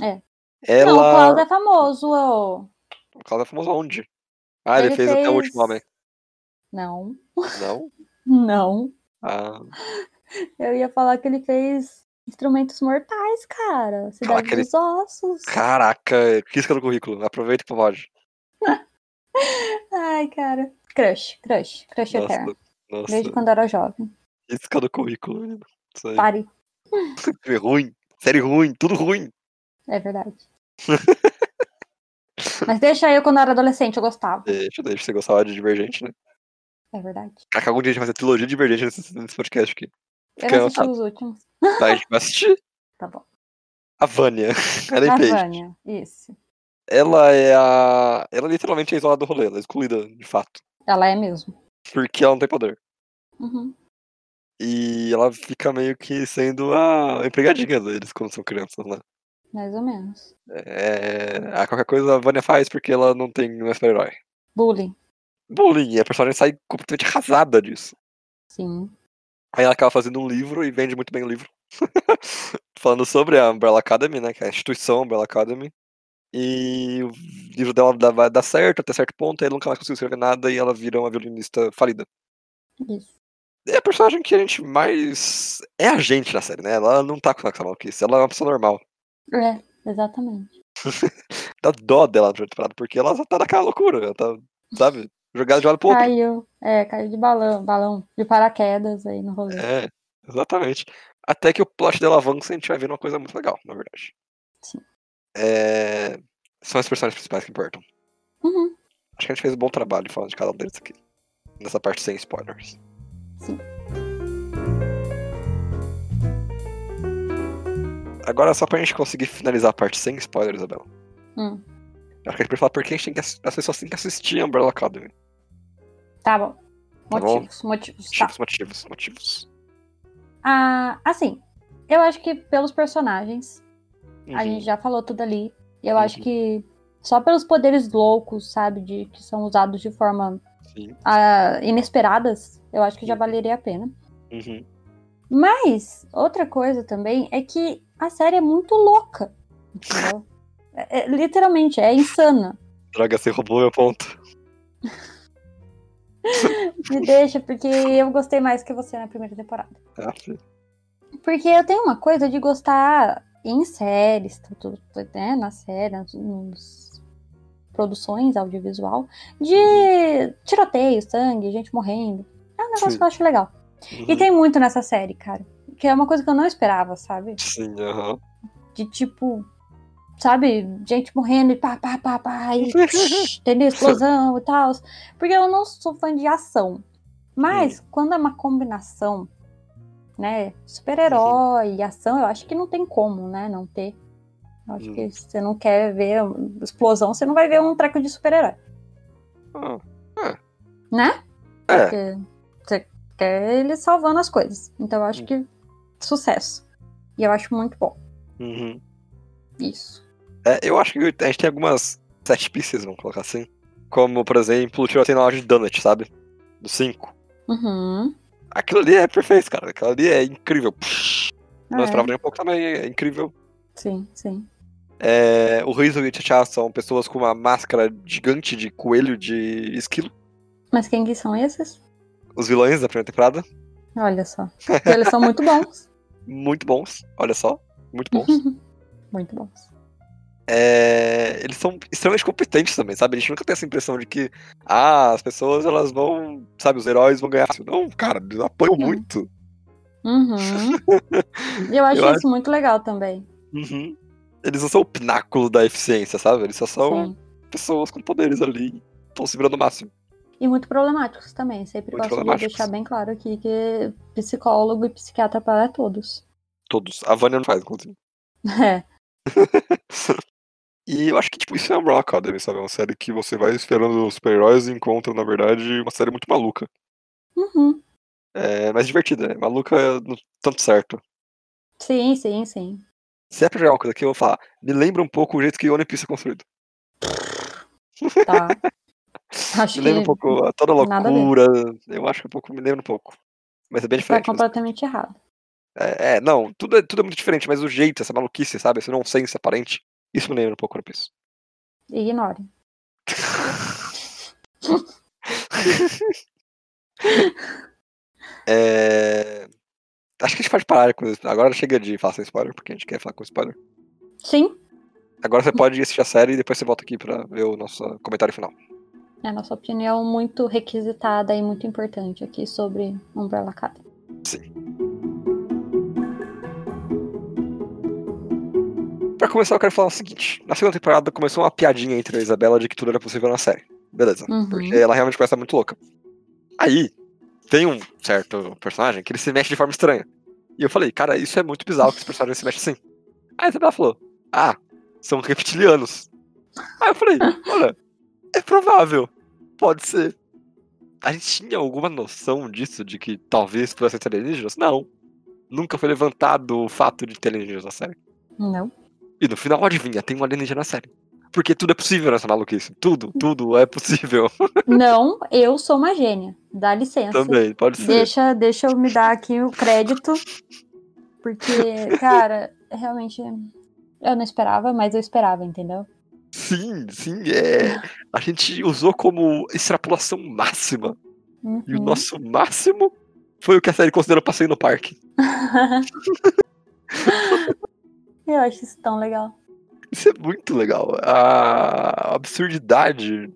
S1: É.
S2: Ela.
S1: Não, Ah, então, o Klaus é famoso. ô.
S2: O Klaus é famoso onde? Ah, ele,
S1: Ele
S2: fez, até o último
S1: fez-
S2: homem.
S1: Não,
S2: Não?
S1: não.
S2: Ah,
S1: Eu ia falar que ele fez Instrumentos Mortais, cara. Cidade
S2: Caraca, ele-
S1: dos Ossos.
S2: caraca, risca no currículo. Aproveita que pode.
S1: Ai, cara. Crush, crush, crush eterno. é.
S2: Nossa,
S1: Desde
S2: nossa.
S1: quando Tá. era jovem.
S2: Risca no currículo, menino. Isso aí.
S1: Pare.
S2: Filme ruim, série ruim, tudo ruim.
S1: É verdade. Mas deixa eu quando era adolescente, eu gostava.
S2: Deixa, deixa você gostava de Divergente, né?
S1: É verdade.
S2: Caraca, algum dia a gente vai fazer trilogia de Divergente nesse, nesse podcast aqui.
S1: Eu
S2: Fica
S1: não assisti
S2: anotado.
S1: os últimos.
S2: Tá, a gente vai assistir
S1: Tá bom.
S2: a Vânia. Ela é
S1: A
S2: Page.
S1: Vânia, isso.
S2: Ela é a. Ela literalmente é isolada do rolê, ela é excluída, de fato.
S1: Ela é mesmo.
S2: Porque ela não tem poder.
S1: Uhum.
S2: E ela fica meio que sendo a empregadinha deles quando são crianças, né?
S1: Mais ou menos.
S2: É... A qualquer coisa a Vânia faz porque ela não tem não é super-herói.
S1: Bullying,
S2: Bullying, e a personagem sai completamente arrasada disso.
S1: sim.
S2: Aí ela acaba fazendo um livro e vende muito bem o livro. Falando sobre a Umbrella Academy, né? Que é a instituição Umbrella Academy. E o livro dela dá- vai dar certo até certo ponto, aí ela nunca mais conseguiu escrever nada e ela vira uma violinista falida.
S1: Isso.
S2: É a personagem que a gente mais. É a gente na série, né? Ela não tá com essa maluquice, ela é uma pessoa normal.
S1: É, exatamente.
S2: Dá dó dela na primeira temporada, porque ela só tá naquela loucura, ela tá, sabe? Jogada de um lado pro outro.
S1: Caiu, é, caiu de balão, balão de paraquedas aí no rolê.
S2: É, exatamente. Até que o plot dela avança e a gente vai vendo uma coisa muito legal, na verdade.
S1: Sim.
S2: É, São as personagens principais que importam. É.
S1: Uhum.
S2: Acho que a gente fez um bom trabalho falando de cada um deles aqui. Nessa parte sem spoilers.
S1: Sim.
S2: Agora, só pra gente conseguir finalizar a parte sem spoiler, Isabela.
S1: Hum.
S2: Acho que a gente pode falar porque a gente tem que, ass- as pessoas têm que assistir Umbrella Academy.
S1: Tá bom.
S2: Tá bom.
S1: Motivos, motivos. Tá.
S2: Motivos, motivos, motivos.
S1: Ah, assim, eu acho que pelos personagens, a
S2: Uhum.
S1: gente já falou tudo ali. E eu acho
S2: Uhum.
S1: que só pelos poderes loucos, sabe, de que são usados de forma
S2: Sim.
S1: ah, inesperadas, eu acho que já
S2: Uhum.
S1: valeria a pena.
S2: Uhum.
S1: Mas outra coisa também é que a série é muito louca, entendeu? É- é- literalmente, é insana.
S2: Droga, você roubou meu ponto.
S1: Me deixa, porque eu gostei mais que você na primeira temporada.
S2: Ah,
S1: Porque eu tenho uma coisa de gostar em séries, tudo, tudo, né, na série, nas, nas produções audiovisual, de tiroteio, sangue, gente morrendo. É um negócio
S2: Sim.
S1: que eu acho legal.
S2: Uhum.
S1: E é tem muito nessa série, cara. Que é uma coisa que eu não esperava, sabe?
S2: Sim, aham.
S1: De tipo, sabe, gente morrendo e pá, pá, pá, pá, e entendeu? Explosão e tal. Porque eu não sou fã de ação. Mas quando é uma combinação, né? Super-herói e ação, eu acho que não tem como, né? Não ter. Eu acho
S2: Hum.
S1: que se você não quer ver explosão, você não vai ver um treco de super-herói.
S2: Ah,
S1: Né?
S2: É,
S1: Porque você quer ele salvando as coisas. Então eu acho
S2: Hum.
S1: que sucesso. E eu acho muito bom
S2: uhum.
S1: isso.
S2: É, eu acho que a gente tem algumas set pieces, vamos colocar assim. Como, por exemplo, o tiroteio na loja de Donut, sabe? Do 5.
S1: Uhum.
S2: Aquilo ali é perfeito, cara. Aquilo ali é incrível. Psh, Não
S1: É,
S2: esperava nem um pouco também, é incrível.
S1: Sim, sim.
S2: É, o Rizzo e o Tchá são pessoas com uma máscara gigante de coelho de esquilo.
S1: Mas quem que são esses?
S2: Os vilões da primeira temporada.
S1: Olha só. E eles são muito bons.
S2: Muito bons, olha só. Muito bons.
S1: muito bons.
S2: É, eles são extremamente competentes também, sabe? A gente nunca tem essa impressão de que ah, as pessoas elas vão, sabe, os heróis vão ganhar. Não, cara, eles apanham
S1: Não.
S2: muito.
S1: Uhum. E eu acho
S2: Eu
S1: isso muito legal também.
S2: Uhum. Eles não são o pináculo da eficiência, sabe? Eles só são
S1: Sim.
S2: pessoas com poderes ali, estão se virando o máximo.
S1: E muito problemáticos também. Sempre
S2: Muito
S1: gosto de
S2: problemáticos.
S1: deixar bem claro aqui que psicólogo e psiquiatra para todos.
S2: Todos. A Vânia não faz, inclusive.
S1: É.
S2: E eu acho que, tipo, isso é uma Umbrella Academy, sabe? É uma série que você vai esperando os super-heróis e encontra, na verdade, uma série muito maluca.
S1: Uhum.
S2: É, mas divertida, né? Maluca no tanto certo.
S1: Sim, sim, sim.
S2: Se é pra jogar uma coisa aqui, eu vou falar. Me lembra um pouco o jeito que One Piece é construído.
S1: Tá. Acho
S2: me lembra um
S1: que
S2: pouco a toda a
S1: nada a ver.
S2: loucura. Eu acho que um pouco me lembra um pouco. Mas é bem
S1: tá
S2: diferente.
S1: completamente errado.
S2: É, é, não, tudo é, tudo é muito diferente, mas o jeito, essa maluquice, sabe? Esse nonsense aparente, isso me lembra um pouco One Piece.
S1: Ignore.
S2: É, Acho que a gente pode parar com isso. Agora chega de falar sem spoiler, porque a gente quer falar com spoiler.
S1: Sim,
S2: Agora
S1: Hum.
S2: você pode assistir a série e depois você volta aqui pra ver o nosso comentário final.
S1: é a nossa opinião muito requisitada e muito importante aqui sobre Umbrella Academy.
S2: Pra começar, eu quero falar o seguinte: na segunda temporada começou uma piadinha entre a Isabela de que tudo era possível na série. Beleza.
S1: Uhum.
S2: Porque ela realmente começa muito louca. Aí, tem um certo personagem que ele se mexe de forma estranha. E eu falei, cara, isso é muito bizarro que esse personagem se mexe assim. Aí a Isabela falou, ah, são reptilianos. Aí eu falei, olha, é provável. Pode ser. A gente tinha alguma noção disso, de que talvez pudesse ser alienígenas? Não. Nunca foi levantado o fato de ter alienígenas na série.
S1: Uhum. Não.
S2: E no final, adivinha, tem um alienígena na série. Porque tudo é possível nessa maluquice. Tudo, tudo é possível.
S1: Não, eu sou uma gênia. Dá licença.
S2: Também, pode ser.
S1: Deixa, deixa eu me dar aqui o crédito. Porque, cara, realmente eu não esperava, mas eu esperava, entendeu?
S2: Sim, sim, é. A gente usou como extrapolação máxima. E o
S1: Uhum.
S2: nosso máximo foi o que a série considerou passeio no parque.
S1: eu acho isso tão legal.
S2: Isso é muito legal. A absurdidade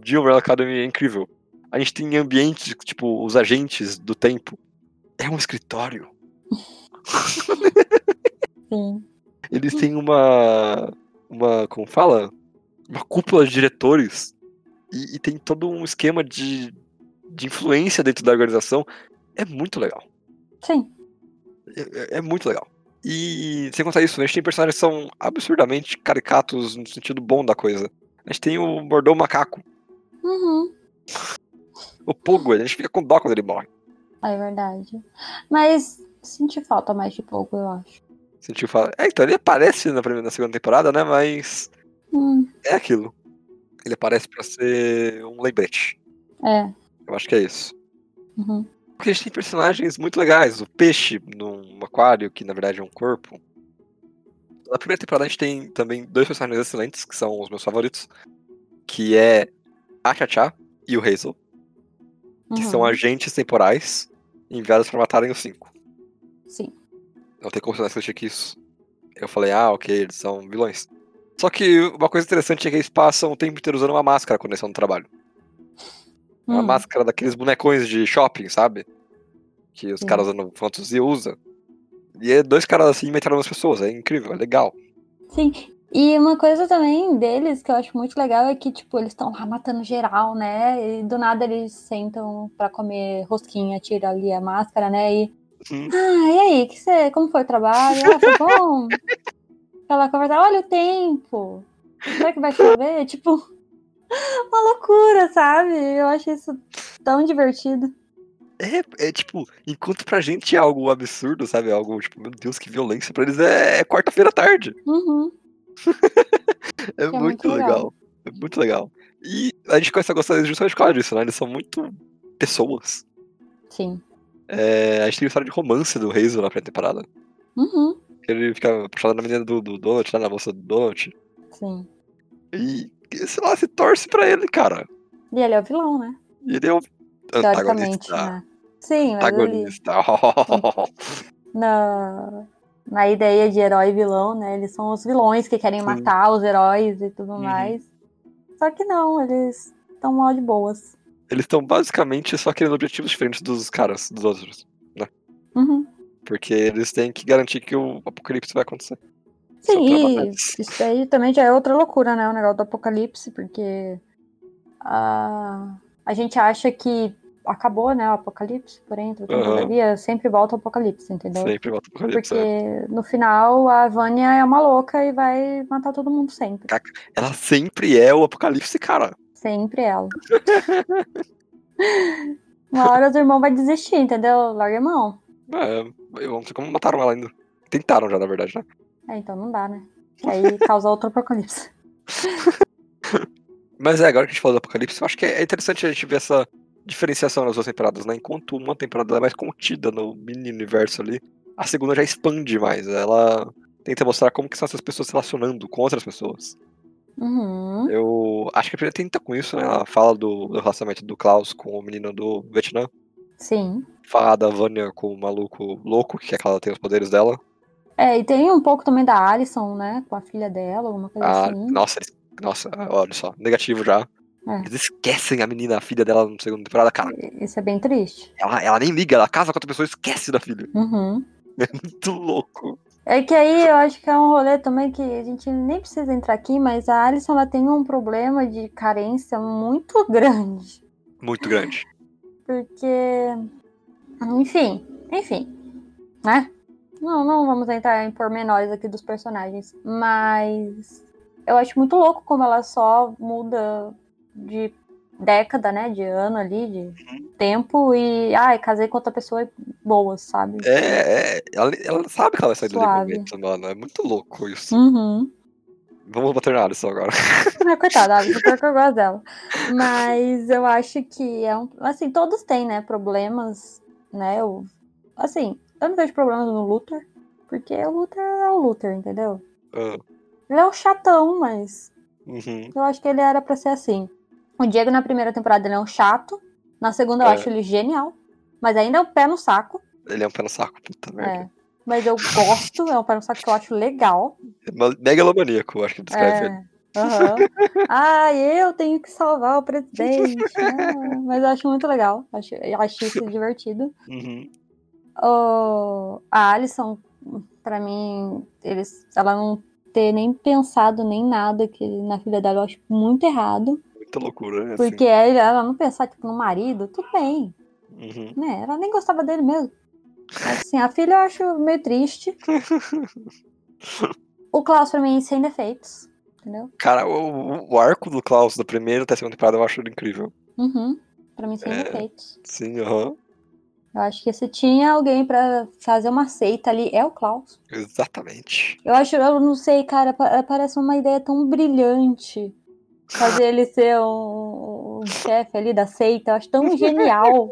S2: de Umbrella Academy é incrível. A gente tem ambientes, tipo, os agentes do tempo. É um escritório.
S1: Sim.
S2: Eles têm uma. Uma. Como fala? Uma cúpula de diretores. E, e tem todo um esquema de, de influência dentro da organização. É muito legal.
S1: Sim.
S2: É- é- é muito legal. E sem contar isso, né? a gente tem personagens que são absurdamente caricatos no sentido bom da coisa. A gente tem o Mordão Macaco,
S1: Uhum.
S2: o Pogo, a gente fica com dó quando ele morre.
S1: É verdade. Mas senti falta mais de pouco, eu acho.
S2: Sentiu fala. É, então ele aparece na, primeira, na segunda temporada, né? Mas
S1: Hum,
S2: é aquilo. Ele aparece pra ser um lembrete.
S1: é.
S2: Eu acho que é isso.
S1: Uhum.
S2: Porque a gente tem personagens muito legais. O peixe num aquário, que na verdade é um corpo. Na primeira temporada a gente tem também dois personagens excelentes, que são os meus favoritos. Que é a Chachá e o Hazel, que
S1: uhum.
S2: são agentes temporais enviados pra matarem os cinco.
S1: Sim.
S2: Não tem como você não assistir que isso. Eu falei, ah, ok, eles são vilões. Só que uma coisa interessante é que eles passam o tempo inteiro usando uma máscara quando eles estão no trabalho. Uma
S1: Hum,
S2: máscara daqueles bonecões de shopping, sabe? Que os
S1: Sim.
S2: caras usando fantasia usam. E é dois caras assim inventaram umas pessoas, é incrível, é legal.
S1: Sim. E uma coisa também deles que eu acho muito legal é que, tipo, eles estão lá matando geral, né? E do nada eles sentam pra comer rosquinha, tira ali a máscara, né? E.
S2: Uhum.
S1: Ah, e aí? Que cê, como foi o trabalho? Ah, foi bom? Ela conversar, olha o tempo. Será que vai chover? Tipo, uma loucura, sabe? Eu acho isso tão divertido.
S2: É, é tipo, enquanto pra gente é algo absurdo, sabe? Algo tipo, meu Deus, que violência. Pra eles é, é quarta-feira à tarde.
S1: Uhum.
S2: É,
S1: muito
S2: muito legal.
S1: legal.
S2: É muito legal. E a gente começa a gostar deles justamente por causa disso, né? Eles são muito pessoas.
S1: Sim.
S2: É, a gente tem a história de romance do Hazel na pré-temporada.
S1: Uhum.
S2: Ele fica puxado na menina do, do Donut, lá na moça do Donut.
S1: Sim.
S2: E, sei lá, se torce pra ele, cara.
S1: E ele é o vilão, né?
S2: E ele é o
S1: Teoricamente,
S2: antagonista.
S1: né? Sim, mas ele.
S2: Antagonista.
S1: na, na ideia de herói e vilão, né? Eles são os vilões que querem
S2: Sim.
S1: matar os heróis e tudo
S2: Uhum.
S1: mais. Só que não, eles estão mal de boas.
S2: Eles estão basicamente só querendo objetivos diferentes dos caras, dos outros.
S1: Uhum.
S2: Porque eles têm que garantir que o apocalipse vai acontecer. São
S1: Sim, e
S2: trabalhadores.
S1: isso aí também já é outra loucura, né? O negócio do apocalipse, porque a, a gente acha que acabou, né? O apocalipse, porém, entretanto,
S2: Aham.
S1: todavia, é sempre volta o apocalipse, entendeu?
S2: Sempre volta o apocalipse.
S1: Porque
S2: né?
S1: no final a Vânia é uma louca e vai matar todo mundo sempre.
S2: Ela sempre é o apocalipse, cara.
S1: Sempre ela. Uma hora os irmãos vai desistir, entendeu? Larga a mão.
S2: É, eu não sei como mataram ela ainda. Tentaram já, na verdade, né?
S1: É, então não dá, né? Que aí causa outro apocalipse.
S2: Mas é, agora que a gente falou do Apocalipse, eu acho que é interessante a gente ver essa diferenciação nas duas temporadas, né? Enquanto uma temporada é mais contida no mini universo ali, a segunda já expande mais. Ela tenta mostrar como que são essas pessoas se relacionando com outras pessoas.
S1: Uhum.
S2: Eu acho que a primeira tenta com isso, né? Ela fala do, do relacionamento do Klaus com o menino do Vietnã,
S1: Sim.
S2: fala da Vânia com o maluco louco, que é que ela tem os poderes dela.
S1: É, e tem um pouco também da Alison, né? Com a filha dela, alguma coisa
S2: Ah,
S1: assim.
S2: nossa, eles- nossa, olha só, negativo já.
S1: É.
S2: Eles esquecem a menina, a filha dela na segunda temporada, cara.
S1: Isso é bem triste.
S2: Ela, ela nem liga, ela casa com outra pessoa e esquece da filha.
S1: Uhum.
S2: Muito louco.
S1: É que aí eu acho que é um rolê também que a gente nem precisa entrar aqui, mas a Alison ela tem um problema de carência muito grande.
S2: Muito grande.
S1: Porque. Enfim, enfim. Né? Não, não vamos entrar em pormenores aqui dos personagens. Mas eu acho muito louco como ela só muda de década, né? De ano ali, de tempo. E. Ai, casei com outra pessoa e boa, sabe?
S2: É, é ela, ela sabe que ela vai sair
S1: Suave.
S2: do momento, mano. É muito louco isso.
S1: Uhum.
S2: Vamos bater na Alisson agora.
S1: Ah, coitada, a Alisson, pior que eu gosto dela. Mas eu acho que é um. Assim, todos têm, né? Problemas, né? Eu, assim, eu não vejo problemas no Luthor, porque o Luthor é o Luthor, entendeu?
S2: Ah,
S1: Ele é um chatão, mas
S2: uhum.
S1: eu acho que ele era pra ser assim. O Diego na primeira temporada ele é um chato, na segunda eu
S2: É.
S1: acho ele genial, mas ainda é um pé no saco.
S2: Ele é um pé no saco, puta merda.
S1: É. Mas eu gosto, é um pé no saco que eu acho legal.
S2: É ma- Megalomaníaco, acho que descreve ele.
S1: É. aham. Ah, eu tenho que salvar o presidente. Ah, mas eu acho muito legal. Acho, eu acho isso divertido.
S2: Uhum.
S1: O- a Alison, pra mim, eles, ela não ter nem pensado nem nada que na filha dela eu acho muito errado.
S2: Muita loucura, né? assim.
S1: Porque é, ela não pensar tipo, no marido, tudo bem.
S2: Uhum.
S1: Né? Ela nem gostava dele mesmo. Mas, assim, a filha eu acho meio triste. o Klaus, pra mim, sem defeitos. Entendeu?
S2: Cara, o, o arco do Klaus da primeira até a segunda temporada eu acho incrível.
S1: Uhum. Pra mim, sem
S2: É.
S1: defeitos.
S2: Sim, aham.
S1: Eu acho que se tinha alguém pra fazer uma seita ali, é o Klaus.
S2: Exatamente.
S1: Eu acho, eu não sei, cara, pa- parece uma ideia tão brilhante. Fazer ele ser um, um chefe ali da seita, eu acho tão genial.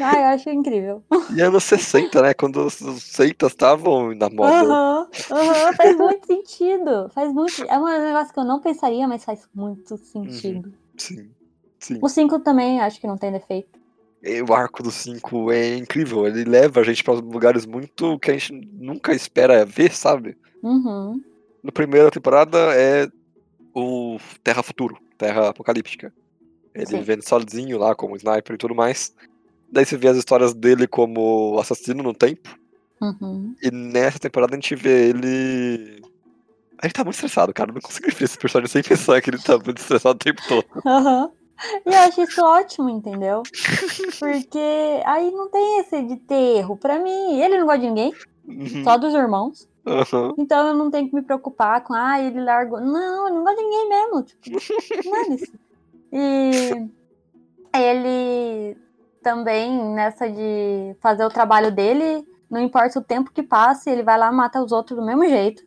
S1: Ah, eu acho incrível.
S2: E anos 60, né? Quando os os seitas estavam na moda.
S1: Aham, aham, faz muito sentido. Faz muito. É um negócio que eu não pensaria, mas faz muito sentido.
S2: Sim. Sim.
S1: O 5 também acho que não tem defeito.
S2: E o arco do 5 é incrível. Ele leva a gente pra lugares muito que a gente nunca espera ver, sabe?
S1: Uhum.
S2: Na primeira temporada é o Terra Futuro, Terra Apocalíptica. Ele
S1: Sim.
S2: vivendo sozinho lá como sniper e tudo mais. Daí você vê as histórias dele como assassino no tempo.
S1: Uhum.
S2: E nessa temporada a gente vê ele. Ele tá muito estressado, cara. Eu não consigo ver esse personagem sem pensar que ele tá muito estressado o tempo todo.
S1: Aham. E eu acho isso ótimo, entendeu? Porque aí não tem esse de ter erro. Pra mim, ele não gosta de ninguém,
S2: Uhum,
S1: só dos irmãos.
S2: aham.
S1: Então eu não tenho que me preocupar com, ah, ele largou. Não, ele não gosta de ninguém mesmo. Tipo, dane-se. E ele também, nessa de fazer o trabalho dele, não importa o tempo que passe, ele vai lá e mata os outros do mesmo jeito.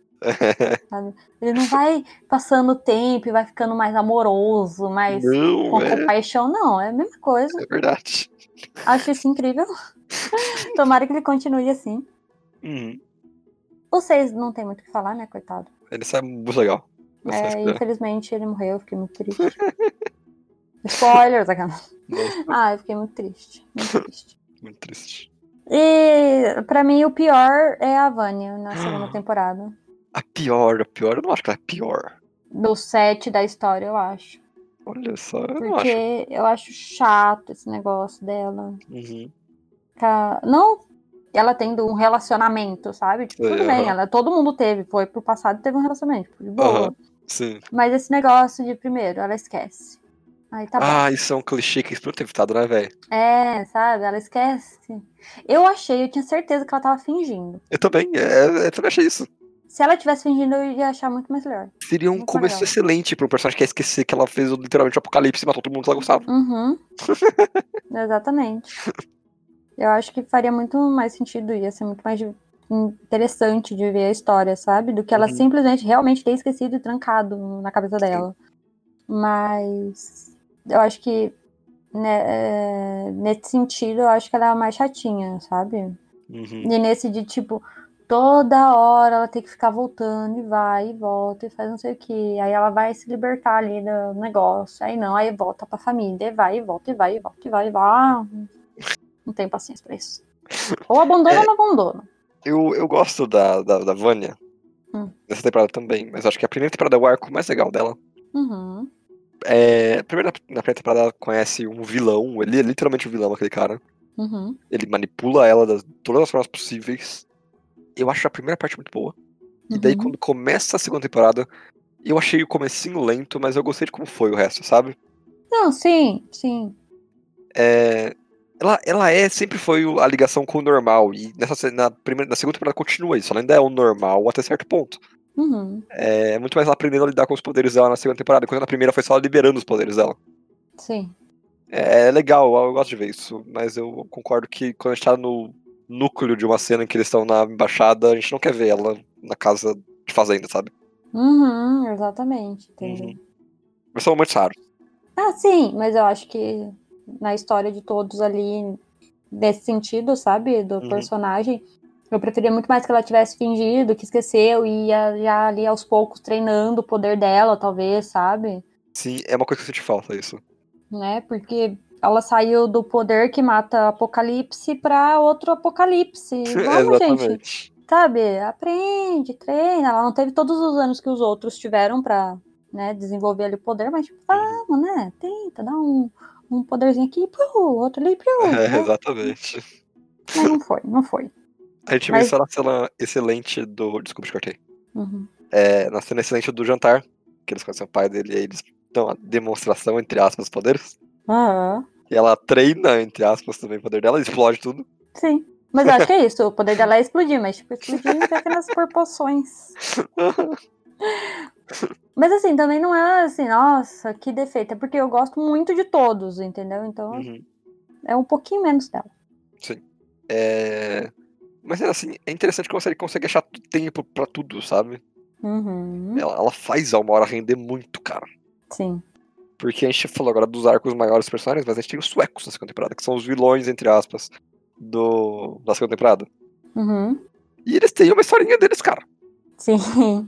S1: Ele não vai passando o tempo e vai ficando mais amoroso, mais
S2: Não,
S1: com
S2: é,
S1: compaixão, não. É a mesma coisa.
S2: é verdade.
S1: Acho isso incrível. Tomara que ele continue assim.
S2: Uhum.
S1: Vocês não tem muito o que falar, né, coitado?
S2: Ele sai muito legal. Nossa,
S1: É,
S2: essa-
S1: infelizmente ele morreu, eu fiquei muito triste. Spoilers, aquela.
S2: Nossa,
S1: Ah, eu fiquei muito triste. Muito triste.
S2: muito triste.
S1: E pra mim o pior é a Vânia na segunda temporada.
S2: A pior, a pior, eu não acho que ela é pior.
S1: Do set da história, eu acho.
S2: Olha só, eu não acho.
S1: Porque eu acho chato esse negócio dela.
S2: Uhum.
S1: Ca- Não ela tendo um relacionamento, sabe? Tipo, tudo
S2: Sei,
S1: bem,
S2: aham.
S1: ela, todo mundo teve, foi pro passado e teve um relacionamento. tipo, De boa.
S2: Aham. Sim.
S1: Mas esse negócio de primeiro, ela esquece. Aí tá bom.
S2: ah, isso é um clichê que eles podiam ter evitado, né, velho?
S1: É, sabe? Ela esquece. Eu achei, eu tinha certeza que ela tava fingindo.
S2: Eu também, é, eu também achei isso.
S1: Se ela tivesse fingindo, eu ia achar muito mais melhor.
S2: Seria um
S1: Muito
S2: começo
S1: legal.
S2: excelente pra um personagem que ia esquecer que ela fez o- literalmente o apocalipse e matou todo mundo que ela gostava.
S1: Uhum. Exatamente. Eu acho que faria muito mais sentido, ia ser muito mais de- interessante de ver a história, sabe? Do que ela
S2: Uhum.
S1: simplesmente realmente ter esquecido e trancado na cabeça dela. Mas eu acho que né, é, nesse sentido, eu acho que ela é a mais chatinha, sabe?
S2: Uhum.
S1: E nesse de tipo, toda hora ela tem que ficar voltando e vai e volta e faz não sei o que. Aí ela vai se libertar ali do negócio. Aí não, aí volta pra família, e vai e volta e vai e volta e vai e vai. Ah, Não tenho paciência pra isso. Ou abandona
S2: É.
S1: ou não abandona.
S2: Eu, eu gosto da, da, da Vânia.
S1: Hum.
S2: Nessa temporada também, mas eu acho que a primeira temporada é o arco mais legal dela.
S1: Uhum.
S2: É, primeiro, na- na primeira temporada ela conhece um vilão, ele é literalmente um vilão, aquele cara.
S1: Uhum.
S2: Ele manipula ela de todas as formas possíveis. Eu acho a primeira parte muito boa. E daí,
S1: uhum.
S2: quando começa a segunda temporada, eu achei o comecinho lento, mas eu gostei de como foi o resto, sabe?
S1: Não, sim, sim.
S2: É, ela, ela é, sempre foi o- a ligação com o normal. E nessa, se- na, primeira, na segunda temporada continua isso. Ela ainda é o normal até certo ponto.
S1: Uhum.
S2: É muito mais ela aprendendo a lidar com os poderes dela na segunda temporada, enquanto na primeira foi só ela liberando os poderes dela.
S1: Sim.
S2: É, é legal, eu gosto de ver isso, mas eu concordo que quando a gente tá no núcleo de uma cena em que eles estão na embaixada, a gente não quer ver ela na casa de fazenda, sabe?
S1: Uhum, exatamente, entendi.
S2: Uhum. Mas são momentos raros.
S1: Ah, sim, mas eu acho que na história de todos ali, nesse sentido, sabe, do
S2: Uhum.
S1: personagem, eu preferia muito mais que ela tivesse fingido, que esqueceu e ia já ali aos poucos treinando o poder dela, talvez, sabe?
S2: Sim, é uma coisa que eu senti falta, isso.
S1: Né? Porque ela saiu do poder que mata apocalipse pra outro apocalipse. Vamos, gente,
S2: Exatamente.
S1: sabe? Aprende, treina. Ela não teve todos os anos que os outros tiveram pra né, desenvolver ali o poder, mas tipo,
S2: Uhum.
S1: vamos, né? Tenta, dá um, um poderzinho aqui, piu, outro ali, piu,
S2: É,
S1: né?
S2: exatamente.
S1: Mas não foi, não foi.
S2: A gente
S1: Mas-
S2: menciona a cena excelente do. Desculpa, te cortei.
S1: Uhum.
S2: É, na cena excelente do jantar, que eles conhecem o pai dele e aí eles dão a demonstração, entre aspas, dos poderes.
S1: Aham,
S2: E ela treina, entre aspas, também o poder dela, explode tudo.
S1: sim. Mas eu acho que é isso. O poder dela é explodir, mas tipo, explodir em pequenas proporções. Mas assim, também não é assim, nossa, que defeito. É porque eu gosto muito de todos, entendeu? Então
S2: Uhum.
S1: é um pouquinho menos dela.
S2: É, Mas é assim, é interessante como a série consegue achar tu- tempo pra tudo, sabe?
S1: Uhum.
S2: Ela, ela faz a uma hora render muito, cara.
S1: Sim.
S2: Porque a gente falou agora dos arcos maiores dos personagens, mas a gente tem os suecos na segunda temporada, que são os vilões, entre aspas, do... da segunda temporada.
S1: Uhum.
S2: E eles têm uma historinha deles, cara.
S1: Sim.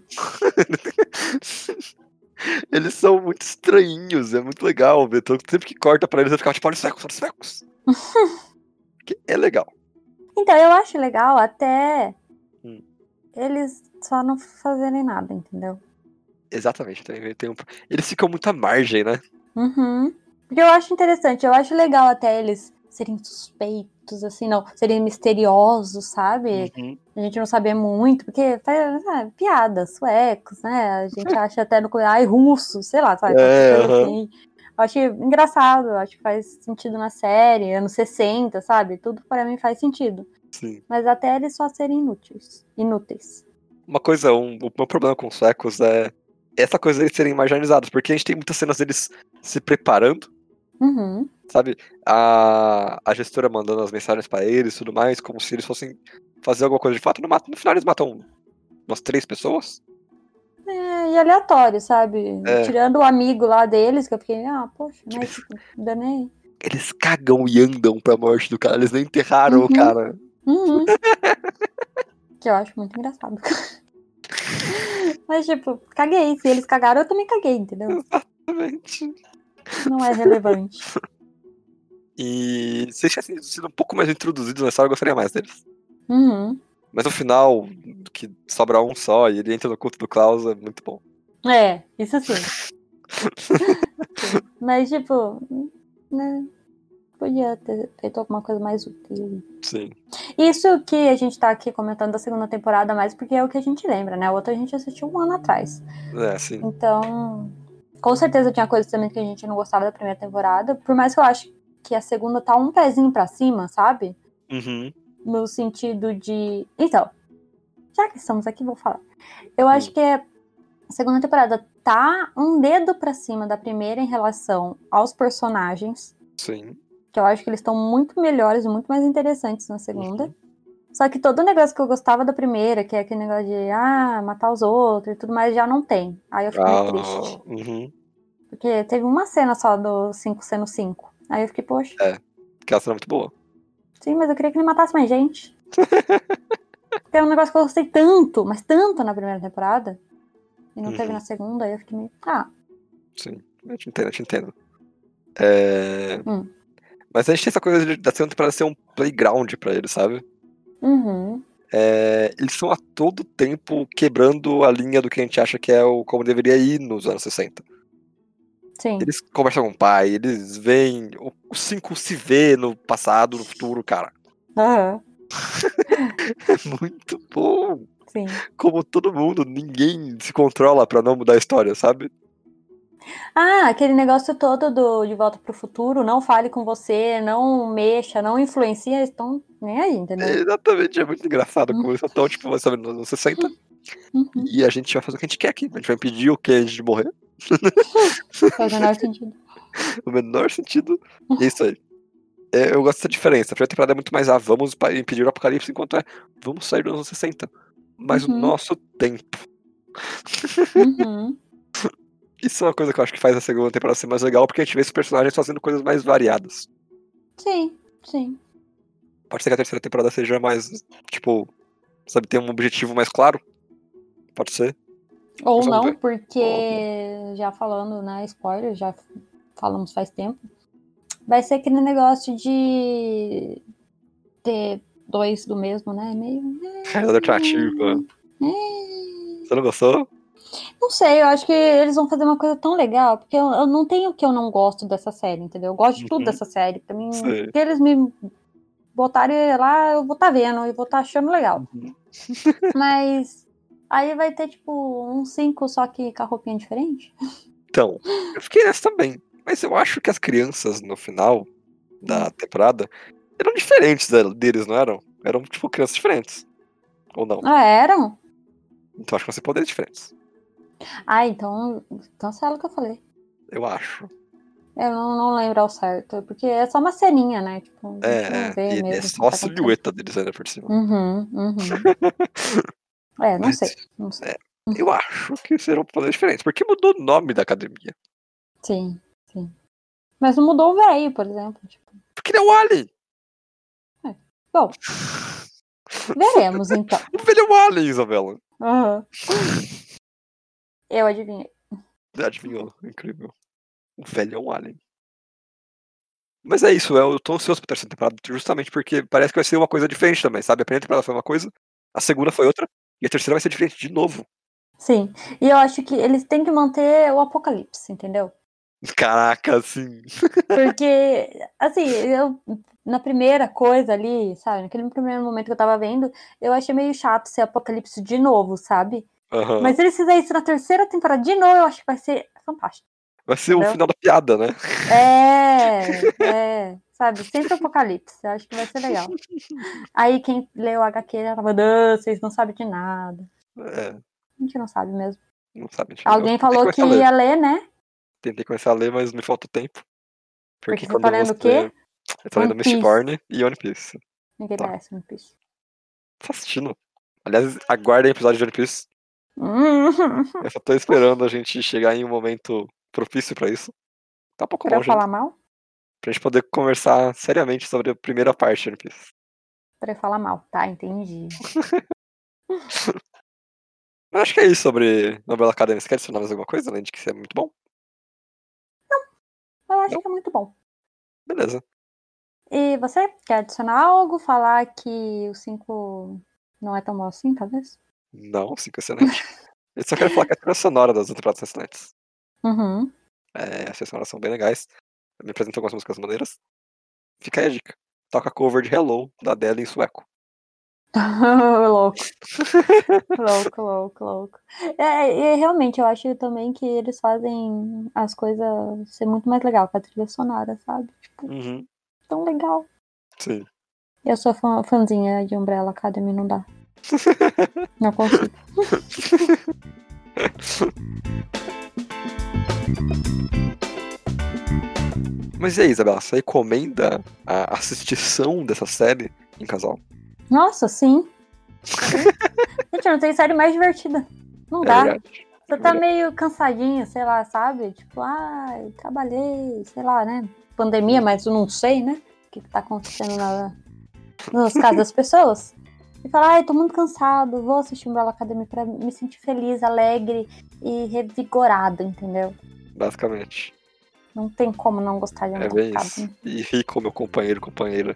S2: Eles são muito estranhos, é muito legal ver. Então, sempre que corta pra eles, eu ficava tipo, olha os suecos, olha os suecos. que é legal.
S1: Então eu acho legal até
S2: Hum.
S1: eles só não fazerem nada, entendeu?
S2: Exatamente. Tem, tem um... Eles ficam muito à margem, né?
S1: Uhum. Porque eu acho interessante, eu acho legal até eles serem suspeitos, assim, não, serem misteriosos, sabe? A gente não sabia muito, porque faz ah, piada, suecos, né? A gente acha até no ai, russo, sei lá, sabe?
S2: É,
S1: Qualquer coisa
S2: aham.
S1: assim. Eu acho engraçado, eu acho que faz sentido na série, anos 60, sabe? Tudo para mim faz sentido.
S2: Sim.
S1: Mas até eles só serem inúteis. Inúteis.
S2: Uma coisa, um, o meu problema com os suecos é essa coisa deles serem marginalizados, porque a gente tem muitas cenas deles se preparando.
S1: Uhum,
S2: sabe, a, a gestora mandando as mensagens pra eles e tudo mais, como se eles fossem fazer alguma coisa de fato. No, ma- no final eles matam umas três pessoas.
S1: É, e aleatório, sabe?
S2: É.
S1: Tirando o amigo lá deles, que eu fiquei, ah, poxa, mas danei.
S2: Eles cagam e andam pra morte do cara, eles nem enterraram
S1: Uhum.
S2: o cara.
S1: Uhum. que eu acho muito engraçado. Mas, tipo, caguei. Se eles cagaram, eu também caguei, entendeu?
S2: Exatamente.
S1: não é relevante.
S2: E se eles tivessem sido um pouco mais introduzidos nessa hora, eu gostaria mais deles.
S1: Uhum.
S2: Mas no final, que sobra um só e ele entra no culto do Klaus, é muito bom.
S1: É, isso sim. Sim. Mas, tipo, né? Podia ter feito alguma coisa mais útil.
S2: Sim.
S1: Isso que a gente tá aqui comentando da segunda temporada mais porque é o que a gente lembra, né? O outro a gente assistiu um ano atrás.
S2: É, sim.
S1: Então, com certeza tinha coisas também que a gente não gostava da primeira temporada. Por mais que eu acho que a segunda tá um pezinho pra cima, sabe?
S2: Uhum.
S1: no sentido de. Então, já que estamos aqui, vou falar. Eu acho que é- a segunda temporada tá um dedo pra cima da primeira em relação aos personagens,
S2: Sim.
S1: que eu acho que eles estão muito melhores, muito mais interessantes na segunda.
S2: Uhum.
S1: Só que todo o negócio que eu gostava da primeira, que é aquele negócio de ah, matar os outros e tudo mais, já não tem. Aí eu fiquei meio triste.
S2: Ah, uhum.
S1: Porque teve uma cena só do 5 sendo 5. Aí eu fiquei, poxa,
S2: Que ela será muito boa.
S1: Sim, mas eu queria que ele matasse mais gente. Porque é um negócio que eu gostei tanto, mas tanto na primeira temporada. E não teve
S2: Uhum.
S1: na segunda, aí eu fiquei meio. Ah,
S2: Sim, eu te entendo, eu te entendo. É...
S1: Hum.
S2: Mas a gente tem essa coisa de- da segunda temporada ser um playground pra eles, sabe?
S1: uhum,
S2: É, Eles são a todo tempo quebrando a linha do que a gente acha que é o como deveria ir nos anos 60.
S1: sim.
S2: Eles conversam com o pai, eles veem. o- Os cinco se vê no passado, no futuro, cara.
S1: Aham,
S2: É muito bom.
S1: sim.
S2: Como todo mundo, ninguém se controla pra não mudar a história, sabe?
S1: Ah, aquele negócio todo do De Volta pro Futuro, não fale com você, não mexa, não influencia, eles estão nem aí,
S2: É,
S1: entendeu?
S2: exatamente, é muito engraçado como eles só estão, tipo, sabe, nos anos 60.
S1: Uhum,
S2: E a gente vai fazer o que a gente quer aqui. A gente vai impedir o Kennedy de morrer.
S1: faz o menor sentido.
S2: No menor sentido. E é isso aí. É, eu gosto dessa diferença. A primeira temporada é muito mais ah, vamos pa- impedir o apocalipse, enquanto é vamos sair dos anos 60. Mas
S1: Uhum.
S2: o nosso tempo.
S1: Uhum,
S2: Isso é uma coisa que eu acho que faz a segunda temporada ser mais legal, porque a gente vê esses personagens fazendo coisas mais variadas.
S1: sim, sim.
S2: Pode ser que a terceira temporada seja mais, tipo, sabe, tem um objetivo mais claro. Pode ser.
S1: Ou
S2: Mas vamos
S1: não,
S2: ver.
S1: porque já falando, né, spoiler, já falamos faz tempo. Vai ser aquele negócio de ter dois do mesmo, né? Meio.
S2: Realidade alternativa.
S1: É.
S2: Você não gostou?
S1: Não sei, eu acho que eles vão fazer uma coisa tão legal, porque eu, eu não tenho o que eu não gosto dessa série, entendeu? Eu gosto de tudo
S2: Uhum.
S1: dessa série. Pra mim,
S2: Sei.
S1: se eles me botarem lá, eu vou estar vendo e vou estar achando legal.
S2: Uhum.
S1: Mas aí vai ter, tipo, um cinco só que com a roupinha diferente.
S2: Então, eu fiquei nessa também. Mas eu acho
S1: Hum.
S2: que as crianças no final da temporada eram diferentes da- deles, não eram? eram, tipo, crianças diferentes. Ou não.
S1: Ah, eram?
S2: Então acho que você poderes diferentes.
S1: Ah, então. Então sei lá o que eu falei.
S2: Eu acho.
S1: Eu não, não lembro ao certo. Porque é só uma ceninha, né? Tipo,
S2: É,
S1: vê
S2: e é
S1: mesmo o que
S2: só a
S1: tá acontecendo.
S2: silhueta deles ainda por cima.
S1: Uhum, uhum. é, não
S2: Mas-
S1: sei. Não sei.
S2: Eu acho que serão poderes diferentes. Porque mudou o nome da academia.
S1: Sim, sim. Mas não mudou o velho, por exemplo. Tipo,
S2: Porque ele é um alien.
S1: bom, veremos então.
S2: O velho é um alien, Isabela.
S1: Aham. Eu adivinhei.
S2: Adivinhou, incrível. O velho é um alien. Mas é isso, eu tô ansioso pra terceira temporada, justamente porque parece que vai ser uma coisa diferente também, sabe? A primeira temporada foi uma coisa, a segunda foi outra, e a terceira vai ser diferente de novo.
S1: Sim. E eu acho que eles têm que manter o apocalipse, entendeu?
S2: Caraca, assim.
S1: Porque, assim, eu na primeira coisa ali, sabe, naquele primeiro momento que eu tava vendo, eu achei meio chato ser apocalipse de novo, sabe?
S2: Aham.
S1: Mas se eles fizerem isso na terceira temporada de novo, eu acho que vai ser fantástico.
S2: Vai ser o
S1: Entendeu?
S2: final da piada, né?
S1: É, é, sabe? Sempre apocalipse. Eu acho que vai ser legal. Aí quem leu o HQ já tava, "Não, vocês não sabem de nada.
S2: É,
S1: A gente não sabe mesmo.
S2: não sabe. gente. Eu
S1: Alguém
S2: tentei
S1: falou que
S2: começar a ler,
S1: ia ler, né?
S2: Tentei começar a ler, mas me falta tempo.
S1: Porque você tá lendo o quê?
S2: Eu tô lendo
S1: One
S2: Mistborn e One Piece.
S1: Ninguém
S2: Tá.
S1: merece One Piece.
S2: Tá assistindo? Aliás, aguardem o episódio de One Piece.
S1: Hum,
S2: Eu só tô esperando a gente chegar em um momento propício pra isso. Tá um pouco
S1: pra eu
S2: longe, ainda,
S1: falar mal?
S2: pra gente poder conversar seriamente sobre a primeira parte de One Piece.
S1: Pra eu falar mal. Tá, entendi.
S2: Mas acho que é isso sobre novela acadêmica. Você quer adicionar mais alguma coisa, além de que isso é muito bom?
S1: Eu acho
S2: Não.
S1: que é muito bom.
S2: Beleza.
S1: E você quer adicionar algo? Falar que o 5 não é tão bom assim, talvez?
S2: Não, cinco excelente. Eu só quero falar que a trilha sonora das temporadas excelentes.
S1: Uhum.
S2: É, as trilhas sonoras são bem legais. Me apresentou algumas músicas maneiras. Fica aí a dica. Toca a cover de Hello, da Adele em sueco.
S1: louco. Louco, louco, louco. É, e realmente, eu acho também que eles fazem as coisas ser muito mais legal com a trilha sonora, sabe? Tipo,
S2: Uhum,
S1: tão legal.
S2: sim.
S1: Eu sou fã, fãzinha de Umbrella Academy, não dá. Não consigo.
S2: Mas e aí, Isabela, você recomenda a assistição dessa série em casal?
S1: Nossa, sim. Gente, não tem série mais divertida. Não
S2: É
S1: dá.
S2: verdade.
S1: Você tá meio cansadinho, sei lá, sabe? Tipo, ai, trabalhei, sei lá, né? Pandemia, mas eu não sei, né? O que, que tá acontecendo na, nas casas das pessoas. E fala, ai, tô muito cansado, vou assistir um Umbrella Academy pra me sentir feliz, alegre e revigorado, entendeu?
S2: Basicamente.
S1: Não tem como não gostar de um
S2: É
S1: Umbrella
S2: bem isso.
S1: Academy.
S2: E rico, meu companheiro, companheira.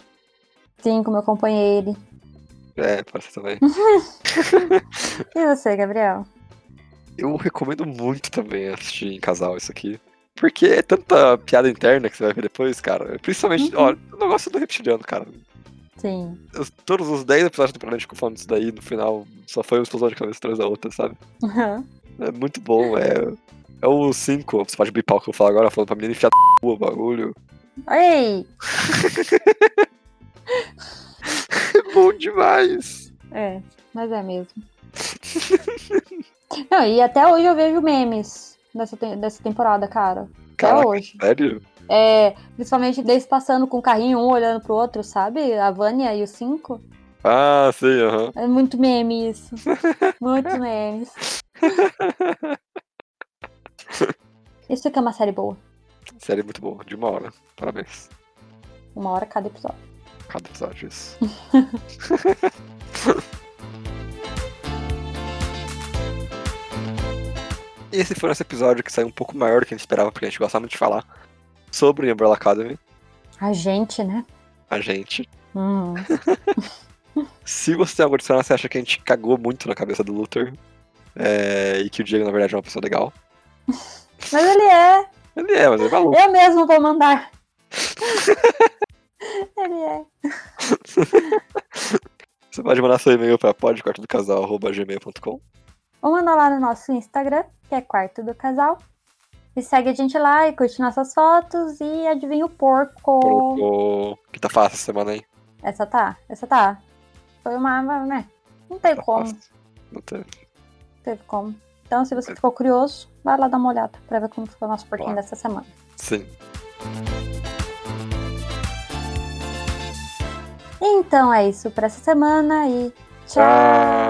S1: Sim, com meu companheiro.
S2: É, pode ser também.
S1: E você, Gabriel?
S2: Eu recomendo muito também assistir em casal isso aqui. Porque é tanta piada interna que você vai ver depois, cara. Principalmente, ó, o negócio do reptiliano, cara.
S1: Sim.
S2: Os- todos os 10 episódios do Planeta ficam falando disso daí, no final só foi um uma explosão de cabeça atrás da outra, sabe? É muito bom, é. É o 5, você pode bipar o que eu falo agora, falando pra menina enfiar no cu, o bagulho.
S1: Ei!
S2: É bom demais!
S1: É, mas é mesmo. Não, e até hoje eu vejo memes dessa, te- dessa temporada, cara.
S2: Caraca,
S1: hoje.
S2: sério?
S1: É, principalmente deles passando com o carrinho, um olhando pro outro, sabe? A Vânia e o Cinco.
S2: Ah, sim, aham.
S1: É muito meme isso. Muito memes. Isso aqui é uma série boa.
S2: Série muito boa, de uma hora. Parabéns.
S1: Uma hora cada episódio.
S2: Cada episódio, isso. e esse foi nosso episódio que saiu um pouco maior do que a gente esperava, porque a gente gostava muito de falar sobre Umbrella Academy,
S1: A gente, né?
S2: a gente.
S1: Hum.
S2: Se você tem algo adicional, você acha que a gente cagou muito na cabeça do Luther, é, e que o Diego, na verdade, é uma pessoa legal.
S1: Mas ele é.
S2: Ele é, mas ele é maluco.
S1: Eu mesmo vou mandar. ele é.
S2: Você pode mandar seu e-mail para podquartodocasal.gmail.com
S1: Ou mandar lá no nosso Instagram, que é Quarto do Casal. E segue a gente lá e curte nossas fotos e adivinha o porco.
S2: Colocou- Que tá fácil essa semana, hein?
S1: Essa tá, essa tá. Foi uma, uma- né? Não tem como,
S2: Nossa, não tem-
S1: não teve como. Então, se você ficou curioso, vai lá dar uma olhada pra ver como ficou o nosso porquinho
S2: Claro.
S1: dessa semana.
S2: Sim.
S1: Então é isso pra essa semana e tchau!
S2: Ah.